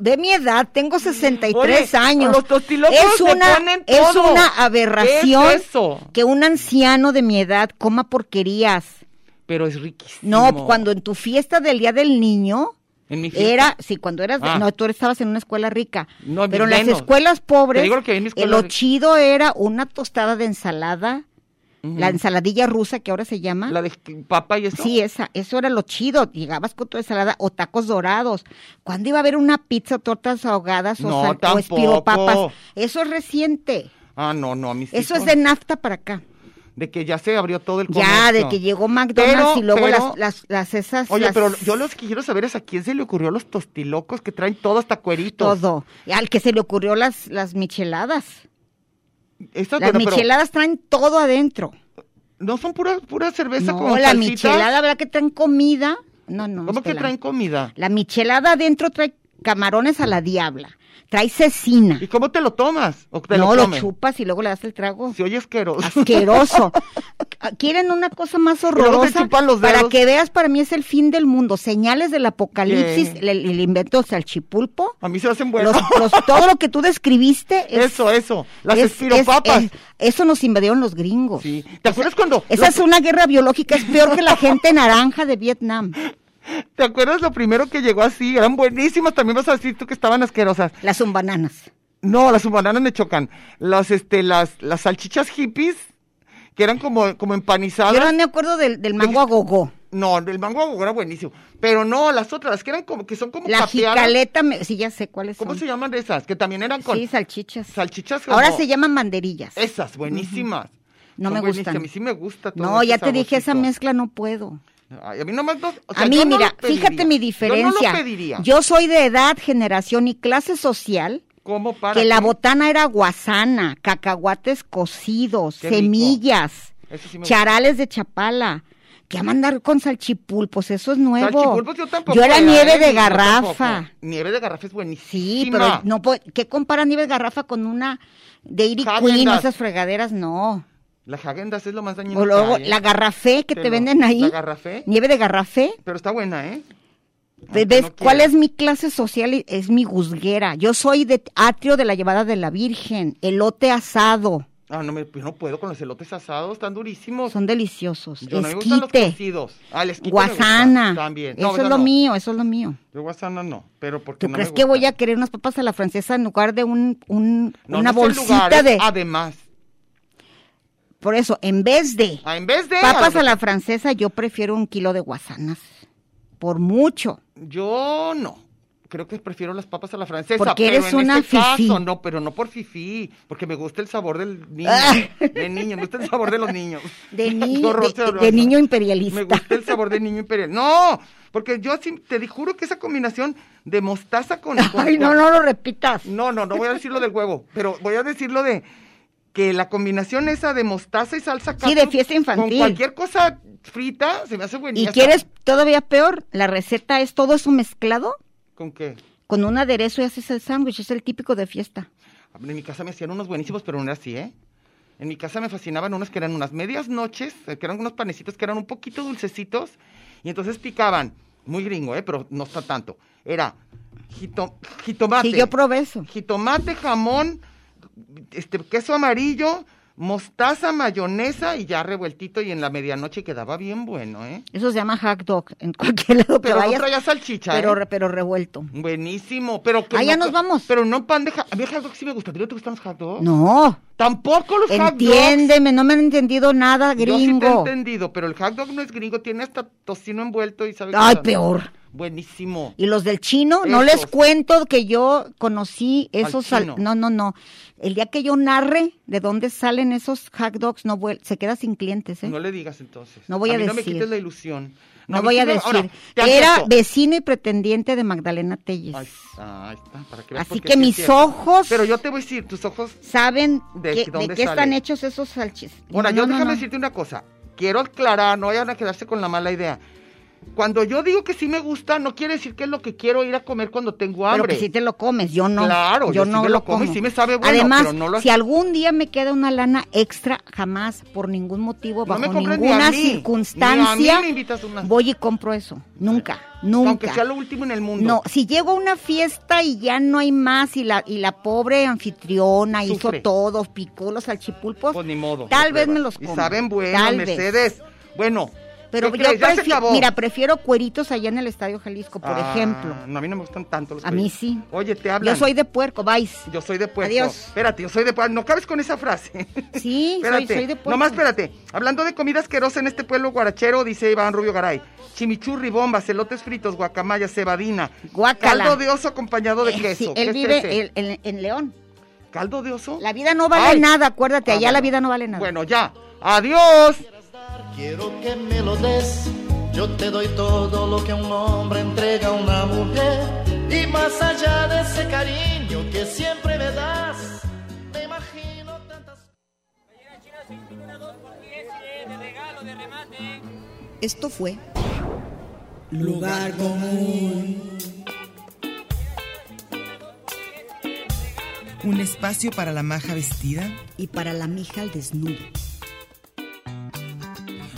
De mi edad, tengo 63
Oye,
años.
los tostilocos
es
se
una,
ponen
es
todo.
una aberración
¿Qué es eso?
que un anciano de mi edad coma porquerías.
Pero es riquísimo.
No, cuando en tu fiesta del Día del Niño
En mi fiesta.
era, sí, cuando eras,
Ah.
no, tú estabas en una escuela rica,
No, en
pero en
mis
las
menos.
escuelas pobres,
Te digo lo que vi en
eh,
mi escuela
lo
rica.
chido era una tostada de ensalada,
Ujú.
la ensaladilla rusa que ahora se llama.
La de papa y eso.
Sí, esa, eso era lo chido. Llegabas con tu ensalada o tacos dorados. ¿Cuándo iba a haber una pizza, tortas ahogadas o,
No,
sal- o
tampoco.
espiropapas? Eso es reciente.
Ah, no, no, a mis
Eso es
hijos.
de nafta para acá.
De que ya se abrió todo el comercio.
Ya, de que llegó McDonald's
Pero-
y luego
pero-
las, las, las esas.
Oye,
las-
pero yo lo que quiero saber es a quién se le ocurrió los tostilocos que traen todo hasta cueritos.
Todo. Al que se le ocurrió las, las micheladas.
Estas,
las
bueno, pero
micheladas traen todo adentro.
no son pura, pura cerveza
No,
con
la
salsita?
michelada, ¿verdad que traen comida? No, no.
¿Cómo que
espera.
traen comida?
La michelada adentro trae camarones a la diabla. Trae cecina.
¿Y cómo te lo tomas? ¿O te
no,
lo
lo,
comes?
chupas y luego le das el trago.
Si oyes asqueroso.
Asqueroso. ¿Quieren una cosa más
luego te
horrorosa?
chupan los
Para
dedos.
que veas, para mí es el fin del mundo. Señales del apocalipsis,
¿Qué?
el, el invento salchipulpo.
a mí se hacen buenos.
Los- los- todo lo que tú describiste es-
Ah, eso, eso. Las
es-
espiropapas.
es- es- eso nos invadieron los gringos.
Sí. ¿Te acuerdas cuando
Esa es una guerra biológica, es peor que la gente naranja de Vietnam.
¿Te acuerdas lo primero que llegó así? Eran buenísimas, también vas a decir tú que estaban asquerosas.
Las zumbananas.
No, las bananas me chocan. Las, este, las, las salchichas hippies, que eran como, como empanizadas.
Yo no me acuerdo del, del mango a gogo.
No, el mango era buenísimo. Pero no, las otras, las que eran como, que son como
La
capeadas.
jicaleta, me- sí, ya sé cuáles
¿Cómo
son.
se llaman esas? Que también eran con
Sí, salchichas.
salchichas como-
Ahora se llaman banderillas.
Esas, buenísimas.
No me
buenísimas.
gustan.
A mí sí me gusta todo
No,
ese
ya te dije, esa
saborcito.
mezcla no puedo.
Ay, a mí nomás no- o sea,
a mí,
yo no
mira,
lo pediría.
fíjate mi diferencia.
Yo no lo pediría.
Yo soy de edad, generación y clase social
¿Cómo para
que la
qué?
botana era guasana, cacahuates cocidos,
Qué rico.
semillas,
Eso sí me gusta.
charales de chapala. ¿Qué van a andar con salchipulpos? Eso es nuevo.
Salchipulpos yo tampoco.
Yo era
eh,
nieve de
yo
garrafa.
tampoco. Nieve de garrafa es buenísima.
Sí, pero no po- ¿qué compara nieve de garrafa con una Dairy Queen o
Häagen-Dazs.
esas fregaderas? No.
La Häagen-Dazs es lo más dañino
O luego
que hay, ¿eh?
la garrafé que
Te
te,
lo-
venden ahí.
¿La garrafé?
Nieve de garrafé.
Pero está buena, ¿eh?
Ve-
Aunque
¿Ves
no
cuál
quiera.
es mi clase social? Y- Es mi guzguera. Yo soy de atrio de la llevada de la Virgen, elote asado.
Ah, no, me, yo no puedo con los elotes asados, están durísimos.
Son deliciosos.
Yo no me gustan los
esquite,
cocidos. Ah, el esquite me gusta
guasana.
También. No,
Eso es
¿verdad?
lo
No.
mío, eso es lo mío.
Yo guasana no, pero
¿Tú
porque no me
crees que
gusta.
voy a querer unas papas a la francesa en lugar de un, un-
No,
una
no Ah. es el
bolsita
lugar, es
de...
Además,
Por eso, en vez de
Ah, en vez de...
papas
lo
a
que-
la francesa, yo prefiero un kilo de guasanas. Por mucho.
Yo no. Creo que prefiero las papas a la francesa.
Porque
pero
eres
en
una
este caso,
fifí.
no, pero no por fifí, porque me gusta el sabor del niño. De niño, me gusta el sabor de los niños.
De,
Qué
ni-
horror,
de-
horror.
de niño imperialista.
Me gusta el sabor de niño imperial. No, porque yo sí te di- juro que esa combinación de mostaza con... con-
Ay, no,
con-
no lo repitas.
No, no, no voy a decir lo del huevo, pero voy a decir lo de que la combinación esa de mostaza y salsa
Sí, de
catsup
fiesta infantil.
Con cualquier cosa frita se me hace
¿Y
buenísima.
quieres todavía peor? La receta es todo eso mezclado
¿Con qué?
con un aderezo y haces el sándwich, es el típico de fiesta.
En mi casa me hacían unos buenísimos, pero no era así, ¿eh? En mi casa me fascinaban unos que eran unas medias noches, eh, que eran unos panecitos que eran un poquito dulcecitos, y entonces picaban, muy gringo, ¿eh? Pero no está tanto. Era jito- jitomate.
Sí, yo probé eso.
Jitomate, jamón, este queso amarillo, mostaza, mayonesa y ya revueltito y en la medianoche quedaba bien bueno, ¿eh?
Eso se llama hot dog en cualquier lado que
Pero no
vayas,
traía salchicha,
pero,
¿eh?
re- pero revuelto.
Buenísimo, pero... que
Ah, ya nos vamos.
Pero no pan de... ja- A mí el hot dog sí me gusta. ¿A ti no te gustan los hot dogs?
No,
Tampoco los hot
entiéndeme, no me han entendido nada,
dogs. Yo sí te he
gringo.
entendido, pero el hot dog no es gringo, tiene hasta tocino envuelto y sabe
Ay,
qué tal.
peor.
Buenísimo.
Y los del chino, no
Esos.
les cuento que yo conocí esos... al-
chino.
no, no, no. El día que yo narre de dónde salen esos hot dogs, no vuel- se queda sin clientes, ¿eh?
No le digas entonces.
No voy a
mí No me
decir.
quites la ilusión.
No voy a
vecino, ahora,
decir.
te
Era
advierto.
vecino y pretendiente de Magdalena Telles.
Ahí está, ahí está, para que veas
Así
por qué
que
sí es
mis
cierto.
ojos
Pero yo te voy a decir, tus ojos.
saben
¿De
que- de,
dónde
qué
sale?
están hechos esos salchis.
Ahora, yo
No, no,
déjame
no.
decirte una cosa. Quiero aclarar, no vayan a quedarse con la mala idea. Cuando yo digo que sí me gusta, no quiere decir que es lo que quiero ir a comer cuando tengo
Pero
hambre.
que si te lo comes, yo no.
Claro, yo
yo,
sí
no
me lo
lo,
como y sí me sabe bueno,
Además,
pero no lo-
si algún día me queda una lana extra, jamás, por ningún motivo,
No me
bajo
compres ni a
ninguna
mí,
circunstancia,
ni a mí me invitas unas.
voy y compro eso. Nunca, nunca.
Aunque sea lo último en el mundo.
No, si llego a una fiesta y ya no hay más y la, y la pobre anfitriona
Sufre.
hizo todo, picó los salchipulpos,
Pues ni modo.
tal
lo
vez
pruebas.
me los como.
Y saben bueno,
tal vez.
Mercedes. Bueno.
Pero
¿qué
yo
crees? Ya se
prefi-
acabó.
mira, prefiero cueritos allá en el Estadio Jalisco, por
Ah,
ejemplo.
No, a mí no me gustan tanto los
A mí
cuellos.
sí.
Oye, te hablan.
Yo soy de puerco, vais.
Yo soy de puerco.
Adiós.
Espérate, yo soy de puerco. No cabes con esa frase.
Sí, soy,
espérate.
soy de puerco.
Nomás espérate. Hablando de comida asquerosa en este pueblo guarachero, dice Iván Rubio Garay. Chimichurri, bombas, elotes fritos, guacamaya, cebadina.
Guácala.
Caldo de oso acompañado de
Eh,
queso.
sí,
¿Qué
él
es
vive
ese?
él- en, en León.
¿Caldo de oso?
La vida no vale
Ay.
nada, acuérdate,
Ah,
allá la
bueno.
vida no vale nada.
Bueno, ya. Adiós.
Quiero que me lo des, yo te doy todo lo que un hombre entrega a una mujer. Y más allá de ese cariño que siempre me das, me imagino tantas...
Esto fue
Lugar común. Un espacio para la maja vestida.
Y para la mija al desnudo.